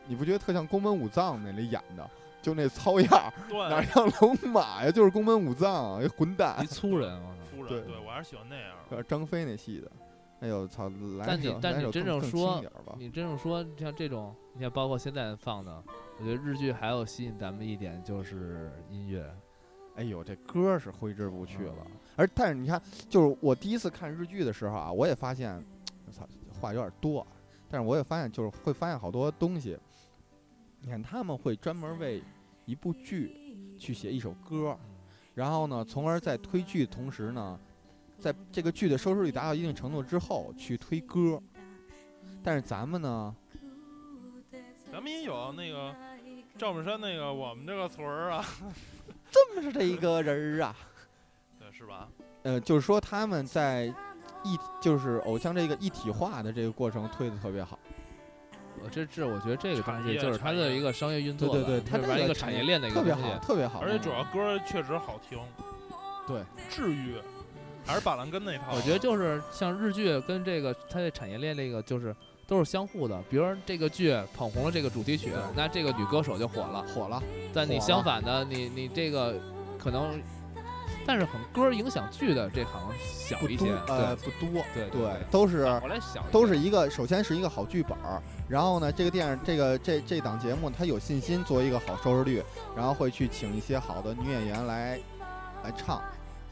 Speaker 1: 你不觉得特像宫本武藏那里演的？就那糙样儿，哪
Speaker 2: 对，
Speaker 1: 像龙马呀？就是宫本武藏啊，一混蛋
Speaker 3: 一。粗人，我
Speaker 1: *laughs*
Speaker 3: 操！
Speaker 2: 夫人，
Speaker 1: 对
Speaker 2: 对我还是喜欢那样儿。
Speaker 1: 呃张飞那戏的，哎呦操！来
Speaker 3: 但你
Speaker 1: 首
Speaker 3: 但
Speaker 1: 来
Speaker 3: 你
Speaker 1: 首
Speaker 3: 真
Speaker 1: 更
Speaker 3: 正
Speaker 1: 更
Speaker 3: 说
Speaker 1: 轻点儿吧，
Speaker 3: 你真正说像这种，你看包括现在放的，我觉得日剧还有吸引咱们一点就是音乐，
Speaker 1: 哎呦，这歌是挥之不去了
Speaker 3: 嗯。
Speaker 1: 而但是你看，就是我第一次看日剧的时候啊，我也发现，我操，话有点多啊。但是我也发现，就是会发现好多东西。你看他们会专门为一部剧去写一首歌，然后呢，从而在推剧的同时呢，在这个剧的收视率达到一定程度之后去推歌。但是咱们呢，
Speaker 2: 咱们也有那个赵本山那个我们这个词儿啊，
Speaker 1: 这么是这一个人儿啊，
Speaker 2: 对，是吧？
Speaker 1: 呃，就是说他们在一就是偶像这个一体化的这个过程推的特别好。
Speaker 3: 我这这我觉得这个东
Speaker 2: 产
Speaker 3: 西
Speaker 2: 业
Speaker 3: 就是它
Speaker 2: 产
Speaker 3: 的
Speaker 2: 业
Speaker 3: 一个商业运
Speaker 1: 对
Speaker 3: 作吧，
Speaker 1: 对对，它
Speaker 3: 这
Speaker 1: 这
Speaker 3: 玩意儿一个
Speaker 1: 产
Speaker 3: 产业链的一个
Speaker 1: 特别
Speaker 3: 东西
Speaker 1: 好，。特别好。
Speaker 2: 而且主要歌儿确实好听，
Speaker 1: 对，
Speaker 2: 治愈，还是板蓝根那套。啊
Speaker 3: 我觉得就是像日剧跟这个它的产业链这个就是都是相互的，比如说这个剧捧红了这个主题曲，那这个女歌手就火了，
Speaker 1: 火了，
Speaker 3: 但你
Speaker 1: 火了
Speaker 3: 相反的，你你这个可能。但是很歌影响剧的这行小
Speaker 1: 不
Speaker 3: 一
Speaker 1: 多
Speaker 3: 些，
Speaker 1: 呃
Speaker 3: 对
Speaker 1: 不多，
Speaker 3: 对对
Speaker 1: 对
Speaker 3: 对，
Speaker 1: 都是
Speaker 3: 反过来想一
Speaker 1: 都
Speaker 3: 些
Speaker 1: 是一个，首先是一个好剧本儿，然后呢，这个电影这个这这档节目它有信心做一个好收视率，然后会去请一些好的女演员来来唱，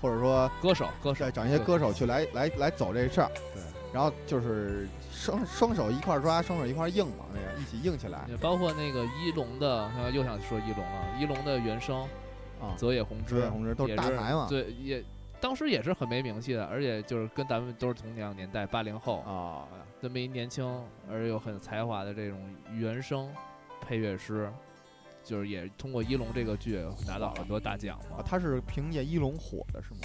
Speaker 1: 或者说
Speaker 3: 歌手歌手
Speaker 1: 再找一些
Speaker 3: 对
Speaker 1: 歌手去来来来走这事儿，
Speaker 3: 对，
Speaker 1: 然后就是双双手一块儿抓，双手一块儿硬嘛，那个一起硬起来
Speaker 3: 也包括那个一龙的，呃又想说一龙了，一龙的原声
Speaker 1: 啊，
Speaker 3: 泽野弘
Speaker 1: 职
Speaker 3: 之
Speaker 1: 业，红之都是大牌嘛，
Speaker 3: 对，也当时也是很没名气的，而且就是跟咱们都是同样年代，八零后，
Speaker 1: 啊，
Speaker 3: 这么一年轻而又很有才华的这种原声配乐师，就是也通过一龙这个剧拿到很多大奖
Speaker 1: 啊
Speaker 3: 嘛。
Speaker 1: 他是凭借一龙火的是吗？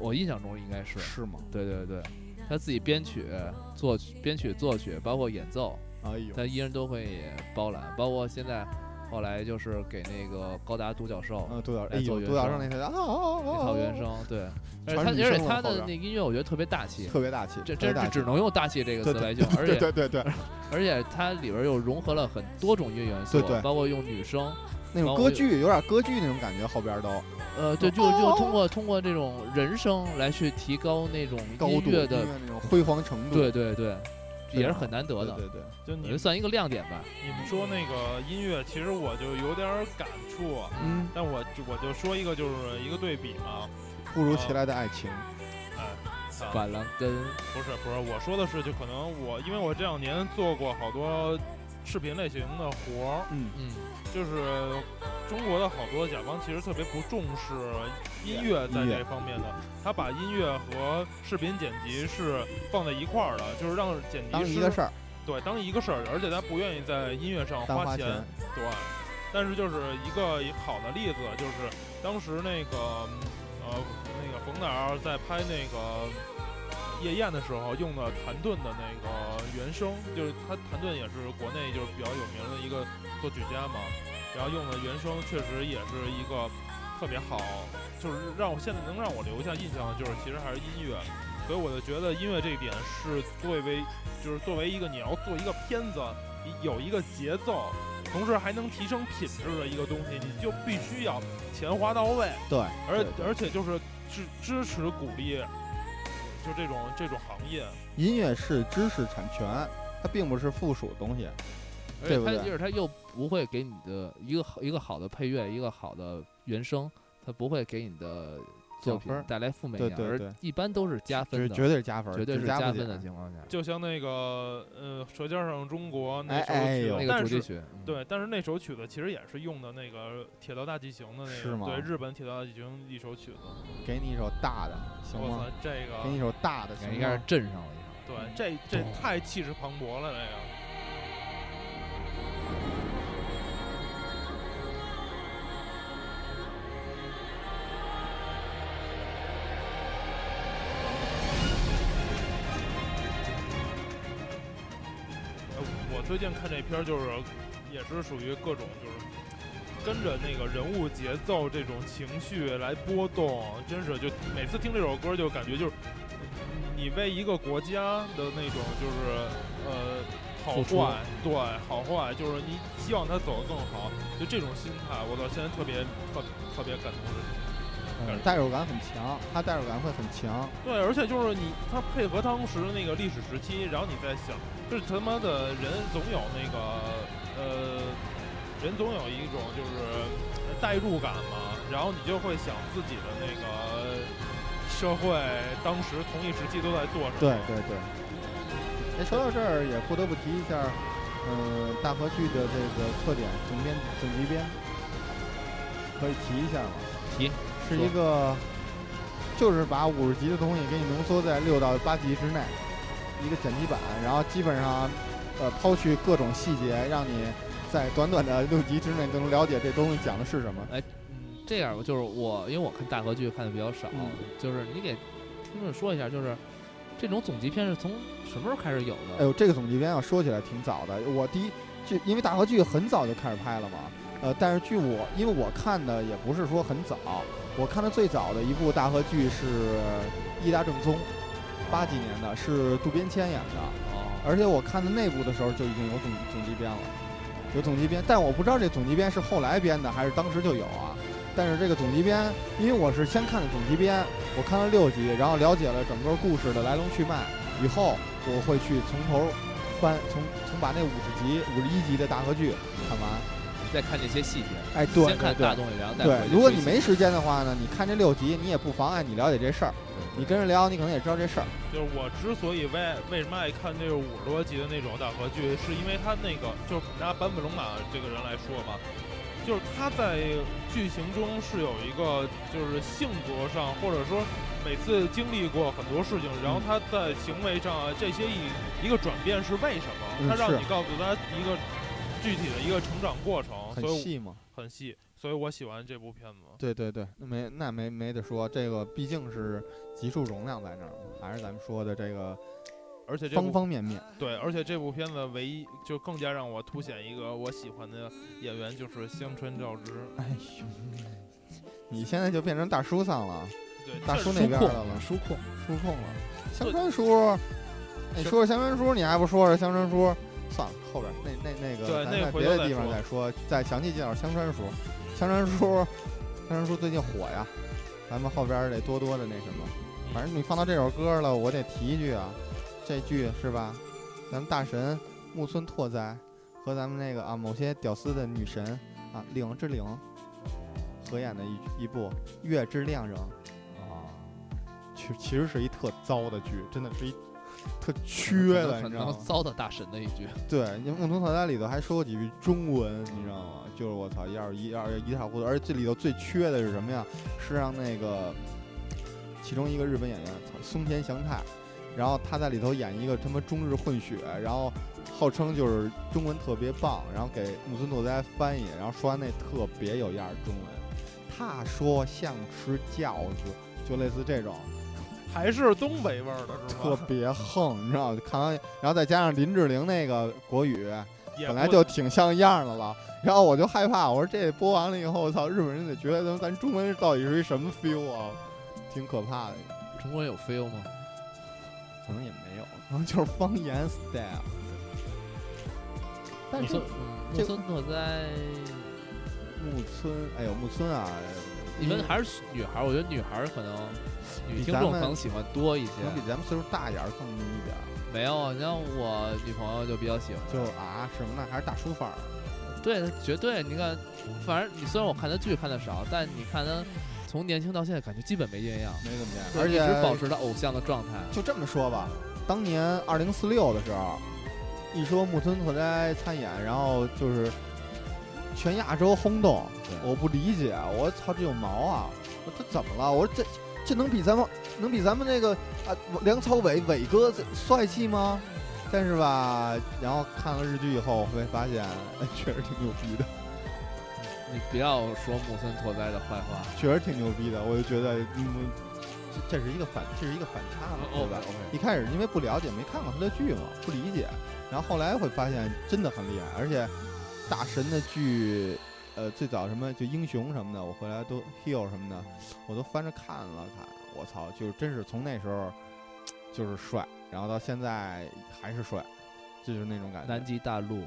Speaker 3: 我印象中应该是，
Speaker 1: 是吗？
Speaker 3: 对对对，他自己编曲、作曲、编曲、作曲，包括演奏，
Speaker 1: 哎呦，
Speaker 3: 他一人都会包揽，包括现在后来就是给那个高达独角兽。
Speaker 1: 嗯，独角，哎
Speaker 3: 来做
Speaker 1: 呦，
Speaker 3: 原
Speaker 1: 独角兽
Speaker 3: 声
Speaker 1: 那台啊啊啊啊
Speaker 3: 那套原
Speaker 1: 啊
Speaker 3: 声，对，而
Speaker 1: 全
Speaker 3: 且
Speaker 1: 是
Speaker 3: 他
Speaker 1: 女
Speaker 3: 而且
Speaker 1: 声了
Speaker 3: 他
Speaker 1: 后
Speaker 3: 的
Speaker 1: 边
Speaker 3: 那个音乐，我觉得特别大气，
Speaker 1: 特别大气，
Speaker 3: 这
Speaker 1: 特别
Speaker 3: 真
Speaker 1: 大
Speaker 3: 是
Speaker 1: 气
Speaker 3: 只能用大气这个
Speaker 1: 对
Speaker 3: 词来形容，而
Speaker 1: 对
Speaker 3: 且
Speaker 1: 对对对，
Speaker 3: 而且它里边又融合了很多种音乐元素，
Speaker 1: 对对
Speaker 3: 包括用女声，
Speaker 1: 那种
Speaker 3: 包
Speaker 1: 歌
Speaker 3: 括
Speaker 1: 剧有点歌剧那种感觉，后边都
Speaker 3: 呃，
Speaker 1: 哦
Speaker 3: 对，就就通过通过这种人声来去提高那种
Speaker 1: 高度
Speaker 3: 音乐的，
Speaker 1: 那种辉煌程度，
Speaker 3: 对对对，
Speaker 1: 对啊
Speaker 3: 也是
Speaker 1: 吧
Speaker 3: 很难得
Speaker 1: 对
Speaker 3: 的，
Speaker 1: 对对，
Speaker 2: 就
Speaker 3: 我
Speaker 2: 你
Speaker 3: 觉得算一个亮点吧。
Speaker 2: 你们说那个音乐，其实我就有点儿感触啊，
Speaker 1: 嗯，
Speaker 2: 但我就我就说一个，就是一个对比嘛。
Speaker 1: 突如其来的爱情，
Speaker 2: 啊
Speaker 3: 板蓝根，
Speaker 2: 不是不是，我说的是，就可能我因为我这两年做过好多视频类型的活儿，
Speaker 1: 嗯，
Speaker 3: 嗯，
Speaker 2: 就是中国的好多甲方其实特别不重视音乐在
Speaker 1: 音乐
Speaker 2: 这方面的，他把音乐和视频剪辑是放在一块儿的，就是让剪辑
Speaker 1: 当
Speaker 2: 师
Speaker 1: 一个事儿，
Speaker 2: 对当一个事儿，而且他不愿意在音乐上
Speaker 1: 当
Speaker 2: 花
Speaker 1: 钱，
Speaker 2: 对，但是就是一个好的例子，就是当时那个呃那个冯导在拍那个夜宴的时候用的谭盾的那个原声，就是他谭盾也是国内就是比较有名的一个作曲家嘛，然后用的原声确实也是一个特别好，就是让我现在能让我留下印象的就是其实还是音乐。所以我就觉得音乐这一点是作为，就是作为一个你要做一个片子，你有一个节奏，同时还能提升品质的一个东西，你就必须要钱花到位，
Speaker 1: 对，
Speaker 2: 而
Speaker 1: 对对
Speaker 2: 而且就是支支持鼓励，就这种这种行业，
Speaker 1: 音乐是知识产权，它并不是附属的东西，
Speaker 3: 而
Speaker 1: 对
Speaker 3: 且
Speaker 1: 不
Speaker 3: 它
Speaker 1: 对
Speaker 3: 就是它又不会给你的一个好一个好的配乐，一个好的原声，它不会给你的作
Speaker 1: 加
Speaker 3: 品
Speaker 1: 分儿
Speaker 3: 带来负面
Speaker 1: 对
Speaker 3: 影响，
Speaker 1: 对
Speaker 3: 而
Speaker 1: 对
Speaker 3: 一般都是加
Speaker 1: 绝
Speaker 3: 分的，
Speaker 1: 绝对是加分儿，
Speaker 3: 绝对
Speaker 1: 只
Speaker 3: 是
Speaker 1: 加
Speaker 3: 加
Speaker 1: 不
Speaker 3: 分的
Speaker 1: 减
Speaker 3: 情况下，
Speaker 2: 就像那个呃《舌尖上的中国》
Speaker 1: 哎
Speaker 2: 那首曲子，
Speaker 1: 哎呦
Speaker 3: 那个
Speaker 2: 但
Speaker 3: 主题
Speaker 2: 是
Speaker 3: 曲，嗯，
Speaker 2: 对，但是那首曲子其实也是用的那个铁道大进行的那个，
Speaker 1: 是吗
Speaker 2: 对，日本铁道大进行一首曲子。
Speaker 1: 给你一首大的，行
Speaker 2: 我操
Speaker 1: 吗？，
Speaker 2: 这
Speaker 1: 给你一
Speaker 2: 个
Speaker 1: 首大的，
Speaker 3: 感觉
Speaker 1: 行
Speaker 3: 应该
Speaker 1: 吗
Speaker 3: 是？震上了一下。
Speaker 2: 对，这这
Speaker 3: 懂
Speaker 2: 太气势磅礴了，这个。哎我最近看这片儿，就是也是属于各种就是跟着那个人物节奏这种情绪来波动，真是就每次听这首歌就感觉就是你为一个国家的那种就是呃好
Speaker 3: 付出
Speaker 2: 坏，对好坏，就是你希望他走得更好，就这种心态，我到现在特别特特别感动。
Speaker 1: 嗯代入感很强，它代入感会很强，
Speaker 2: 对，而且就是你，他配合当时那个历史时期，然后你再想，这他妈的人总有那个呃，人总有一种就是呃代入感嘛，然后你就会想自己的那个社会当时同一时期都在做什么。
Speaker 1: 对对对。哎，说到这儿也不得不提一下，嗯，大河剧的这个特点，总编总集编可以提一下吗？
Speaker 3: 提，
Speaker 1: 是
Speaker 3: 说
Speaker 1: 一个，就是把五十集的东西给你浓缩在六到八集之内，一个剪辑版，然后基本上，呃，抛去各种细节，让你在短短的六集之内就能了解这东西讲的是什么。
Speaker 3: 嗯，这样吧就是我，因为我看大合剧看的比较少，
Speaker 1: 嗯
Speaker 3: 就是你给听众说一下，就是这种总集片是从什么时候开始有的？
Speaker 1: 哎呦，这个总集编要说起来挺早的，我第一就因为大河剧很早就开始拍了嘛，呃，但是据我因为我看的也不是说很早，我看的最早的一部大河剧是《伊达正宗》，八几年的，是渡边谦演的。
Speaker 3: 哦，
Speaker 1: 而且我看的内部的时候就已经有总总集编了，有总集编，但我不知道这总集编是后来编的还是当时就有啊。但是这个总集编，因为我是先看的总集编，我看了六集，然后了解了整个故事的来龙去脉以后，我会去从头翻，从从把那五十集、五十一集的大合剧看完。
Speaker 3: 再看这些细节，
Speaker 1: 哎，对，
Speaker 3: 先看
Speaker 1: 对
Speaker 3: 大东西，然后再
Speaker 1: 对
Speaker 3: 回，去
Speaker 1: 如果
Speaker 3: 追
Speaker 1: 你
Speaker 3: 细
Speaker 1: 没时间的话呢，你看这六集，你也不妨碍你了解这事儿。你跟人聊，你可能也知道这事儿。
Speaker 2: 就是我之所以为为什么爱看这个五十多集的那种大合剧，是因为他那个就是拿坂本龙马这个人来说吧，就是他在剧情中是有一个就是性格上，或者说每次经历过很多事情，然后他在行为上啊这些一一个转变是为什么？
Speaker 1: 嗯
Speaker 2: 他让你
Speaker 1: 是
Speaker 2: 告诉他一个具体的一个成长过程，所以
Speaker 1: 嘛。
Speaker 2: 我很细，所以我喜欢这部片子。
Speaker 1: 对对对，那没那没没得说，这个毕竟是集数容量在那儿嘛，还是咱们说的这个
Speaker 2: 而且这部
Speaker 1: 方方面面。
Speaker 2: 对，而且这部片子唯一就更加让我凸显一个我喜欢的演员就是香川照之。
Speaker 1: 哎呦，你现在就变成大叔桑了，
Speaker 2: 对，
Speaker 1: 大
Speaker 2: 这
Speaker 1: 叔
Speaker 2: 是
Speaker 1: 那边
Speaker 3: 控
Speaker 1: 的了
Speaker 3: 书控，
Speaker 1: 叔控了。香川叔，你
Speaker 2: 行
Speaker 1: 说说香川叔，你还不说说香川叔？算了，后边儿那那那个，
Speaker 2: 对
Speaker 1: 咱
Speaker 2: 那
Speaker 1: 在
Speaker 2: 回
Speaker 1: 别
Speaker 2: 头
Speaker 1: 的
Speaker 2: 再
Speaker 1: 地方
Speaker 2: 说
Speaker 1: 再说，再详细介绍香川叔。香川叔，香川叔最近火呀，咱们后边儿得多多的那什么。
Speaker 2: 嗯
Speaker 1: 反正你放到这首歌了，我得提一句啊，这句是吧？咱们大神木村拓哉和咱们那个啊某些屌丝的女神啊绫之绫合演的一一部《月之恋
Speaker 3: 哦
Speaker 1: 人》啊，其其实是一特糟的剧，真的是一特
Speaker 3: *laughs*
Speaker 1: 缺
Speaker 3: 可
Speaker 1: 的，
Speaker 3: 能很
Speaker 1: 你知道
Speaker 3: 能
Speaker 1: 吗？
Speaker 3: 糟蹋大神的一句。
Speaker 1: 对，你木村拓哉里头还说过几句中文，你知道吗？就是我操，一二一二一塌糊涂。而且这里头最缺的是什么呀？是让那个其中一个日本演员，操松田翔太，然后他在里头演一个他妈中日混血，然后号称就是中文特别棒，然后给木村拓哉翻译，然后说完那特别有样儿中文，他说像吃饺子，就类似这种。
Speaker 2: 还是东北味儿的是
Speaker 1: 特
Speaker 2: 吧？
Speaker 1: 别横，你知道吗？看完，然后再加上林志玲那个国语，
Speaker 2: 也
Speaker 1: 本来
Speaker 2: 不
Speaker 1: 就挺像样的了，然后我就害怕，我说这播完了以后，我操，日本人得觉得咱咱中文到底是一什么 feel 啊，挺可怕的，
Speaker 3: 中国人有 feel 吗？
Speaker 1: 可能也没有，可能就是方言 style。但
Speaker 3: 木
Speaker 1: 是
Speaker 3: 村，嗯
Speaker 1: 这
Speaker 3: 木村拓哉，
Speaker 1: 木村，哎呦木村啊，
Speaker 3: 你们还是女孩儿，我觉得女孩儿可能女
Speaker 1: 比
Speaker 3: 听
Speaker 1: 咱
Speaker 3: 众
Speaker 1: 们
Speaker 3: 可能喜欢多一些
Speaker 1: 可。能比咱们岁数大一点儿更迷一点儿，
Speaker 3: 没有，啊你像我女朋友就比较喜欢，
Speaker 1: 就啊什么呢，还是大叔范儿。
Speaker 3: 对，她绝对。你看，反正你虽然我看她剧看的少，但你看她从年轻到现在，感觉基本没变样，
Speaker 1: 没怎么样，
Speaker 3: 对
Speaker 1: 而
Speaker 3: 一
Speaker 1: 且
Speaker 3: 直保持她偶像的状态。
Speaker 1: 就这么说吧，当年二零四六的时候，一说木村拓哉参演，然后就是全亚洲轰动，
Speaker 3: 对
Speaker 1: 我不理解，我操，这有毛啊！我这怎么了？我说这这能比咱们能比咱们那个啊梁朝伟伟哥这帅气吗？但是吧，然后看了日剧以后，我会发现、哎确实挺牛逼的，
Speaker 3: 你不要说木村拓哉的坏话。
Speaker 1: 确实挺牛逼的，我就觉得嗯，这这是一个反，这是一个反差
Speaker 3: 啊
Speaker 1: 嘛，
Speaker 3: 哦
Speaker 1: 对吧？一开始因为不了解，没看过他的剧嘛，不理解，然后后来会发现真的很厉害，而且大神的剧，呃，最早什么就英雄什么的，我回来都 heal 什么的，我都翻着看了看，我操，就是真是从那时候就是帅，然后到现在还是帅，这就是那种感觉
Speaker 3: 南。极大陆，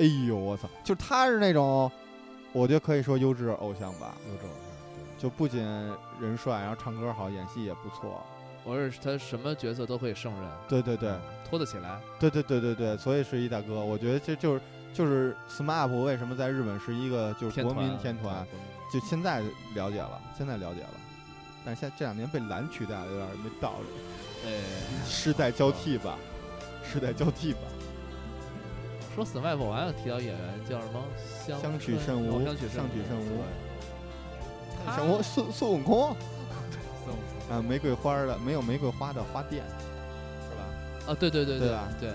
Speaker 1: 哎呦，我操，就是他是那种，我觉得可以说优质偶像吧，
Speaker 3: 有种。
Speaker 1: 就不仅人帅，然后唱歌好，演戏也不错。
Speaker 3: 我是他什么角色都可以胜任，
Speaker 1: 对对对，
Speaker 3: 啊拖得起来。
Speaker 1: 对对对对对，所以是一大哥。我觉得这就是就是 SMAP 为什么在日本是一个就是
Speaker 3: 天
Speaker 1: 国
Speaker 3: 团
Speaker 1: 民
Speaker 3: 啊
Speaker 1: 天团，，
Speaker 3: 对
Speaker 1: 就现在了解了，现在了解了。但是现在这两年被蓝取代了，有点没道
Speaker 3: *laughs*
Speaker 1: 理。
Speaker 3: 哎，
Speaker 1: 世代交替吧，世代交替吧。
Speaker 3: 说 SMAP 我还想提到演员叫什么？相
Speaker 1: 相取
Speaker 3: 春
Speaker 1: 甚无
Speaker 3: 哦相取
Speaker 1: 相取甚无
Speaker 3: 对他
Speaker 1: 像我孙孙悟空
Speaker 3: 啊孙悟
Speaker 1: 啊，玫瑰花的没有玫瑰花的花店，是吧？
Speaker 3: 空啊，对对对
Speaker 1: 对
Speaker 3: 对
Speaker 1: 吧
Speaker 3: 对，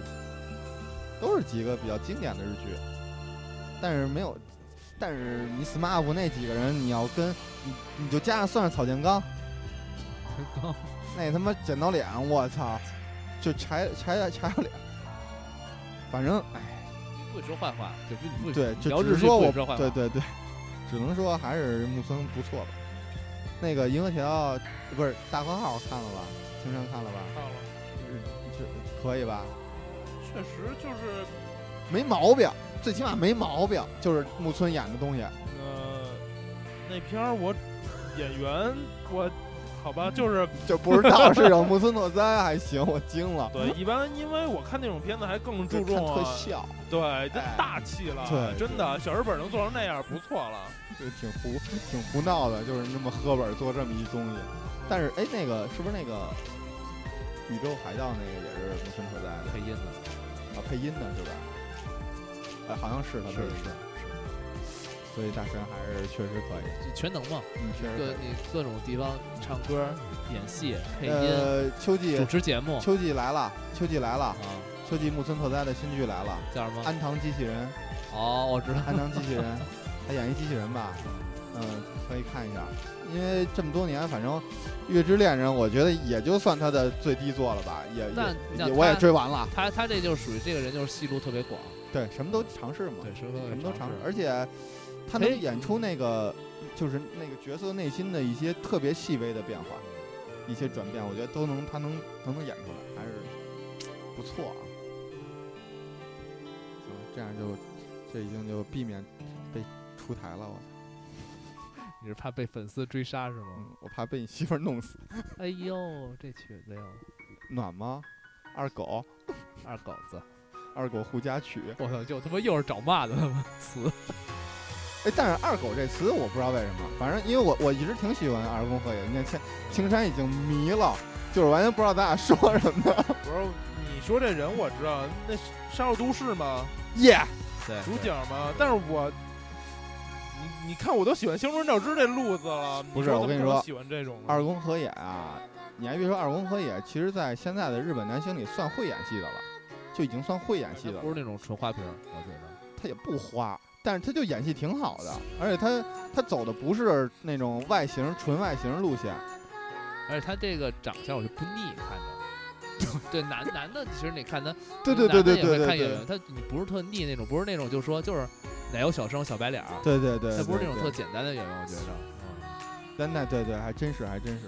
Speaker 1: 都是几个比较经典的日剧，但是没有，但是你 SMAP 那几个人，你要跟你你就加上算上草间刚，
Speaker 3: 刚
Speaker 1: 那他妈剪刀脸，我操，就柴柴柴刀脸，反正哎，
Speaker 3: 不会说坏话，对不？你不
Speaker 1: 对，
Speaker 3: 聊
Speaker 1: 就只
Speaker 3: 日
Speaker 1: 是
Speaker 3: 剧
Speaker 1: 说
Speaker 3: 不
Speaker 1: 我，
Speaker 3: 许说坏话
Speaker 1: 对对对，只能说还是木村不错吧。那个银河桥不是大和号看了吧？青山看了吧？
Speaker 2: 看了，
Speaker 3: 嗯
Speaker 1: 这可以吧？
Speaker 2: 啊确实就是
Speaker 1: 没毛病，最起码没毛病，就是木村演的东西。
Speaker 2: 呃，那那片儿我演员我好吧，就是
Speaker 1: *laughs* 就不知道是有穆斯诺哉还行，我惊了。
Speaker 2: 对，一般因为我看那种片子还更
Speaker 1: 就
Speaker 2: 注
Speaker 1: 看
Speaker 2: 重
Speaker 1: 特
Speaker 2: 啊，
Speaker 1: 效，
Speaker 2: 对，真
Speaker 1: 哎
Speaker 2: 大气了，
Speaker 1: 对
Speaker 2: 真的小日本能做成那样不错了。
Speaker 1: 就挺胡挺胡闹的，就是那么喝本儿做这么一东西。但是哎，那个是不是那个宇宙海盗那个也是穆斯诺哉的
Speaker 3: 配音的，
Speaker 1: 啊？配音的是吧？哎，好像是他
Speaker 3: 是
Speaker 1: 配音的。所以大神还是确实可以，
Speaker 3: 就全能嘛，
Speaker 1: 嗯，确实可
Speaker 3: 各
Speaker 1: 以。
Speaker 3: 你各种地方唱歌、演戏、配音、
Speaker 1: 呃，秋季
Speaker 3: 主持节
Speaker 2: 啊
Speaker 3: 目
Speaker 1: 秋季来了，秋季来了
Speaker 3: 啊，，
Speaker 1: 秋季木村拓哉的新剧来了，
Speaker 3: 叫什
Speaker 1: 《
Speaker 3: 么？
Speaker 1: 安堂机器人》，
Speaker 3: 哦，我知道，
Speaker 1: 安堂机器人，他演一机器人吧，嗯，可以看一下。因为这么多年，反正《月之恋人》，我觉得也就算他的最低作了吧，也
Speaker 3: 那
Speaker 1: 也
Speaker 3: 那
Speaker 1: 也我也
Speaker 3: 他
Speaker 1: 追完了。
Speaker 3: *laughs* 他他这就是属于这个人就是戏路特别广，
Speaker 1: 对，什么都尝试嘛，
Speaker 3: 嗯对，什
Speaker 1: 什么都尝
Speaker 3: 尝
Speaker 1: 试
Speaker 3: 试，，
Speaker 1: 而且他
Speaker 3: 哎
Speaker 1: 能演出那个就是那个角色内心的一些特别细微的变化，一些转变，我觉得都能他能都能演出来，还是不错啊。行，这样就这已经就避免被出台了，我操
Speaker 3: 你是怕被粉丝追杀是吗？
Speaker 1: 嗯，我怕被你媳妇儿弄死，
Speaker 3: 哎呦，这曲子哟，
Speaker 1: 暖吗？二狗，
Speaker 3: 二狗子，
Speaker 1: 二狗护家曲。
Speaker 3: 我操，就他妈又是找骂的他妈词，
Speaker 1: 哎，但是“二狗”这词我不知道为什么，反正因为我我一直挺喜欢二宫和也，你看青青山已经迷了，就是完全不知道咱俩说什么。
Speaker 2: 不是你说这人我知道，那是《杀戮都市》吗？
Speaker 1: 耶、
Speaker 3: 对，
Speaker 2: 主角吗？但是我，你你看我都喜欢《星春照之》这路子了，
Speaker 1: 不是
Speaker 2: 说
Speaker 1: 我跟
Speaker 2: 怎么可
Speaker 1: 你
Speaker 2: 能
Speaker 1: 说
Speaker 2: 喜欢这种呢
Speaker 1: 二宫和也啊，你还别说二宫和也，其实在现在的日本男星里算会演戏的了，就已经算会演戏的
Speaker 3: 不
Speaker 1: 了。
Speaker 3: 是那种纯花瓶，我觉得
Speaker 1: 他也不花，但是他就演戏挺好的，而且他他走的不是那种外形纯外形路线，，
Speaker 3: 而且他这个长相我是不腻看的，对，男男的其实你看他，
Speaker 1: *laughs* 对对对对
Speaker 3: 男的也
Speaker 1: 对
Speaker 3: 会
Speaker 1: 对
Speaker 3: 看演嗯
Speaker 1: 对
Speaker 3: 员，他你不是特腻那种，不是那种就说就是奶油小生小白脸儿，
Speaker 1: 对对对，
Speaker 3: 他不是那
Speaker 1: 对
Speaker 3: 种
Speaker 1: 对
Speaker 3: 特简单的演员，
Speaker 1: *laughs*
Speaker 3: 我觉得，嗯，
Speaker 1: 但那对对还真是还真是。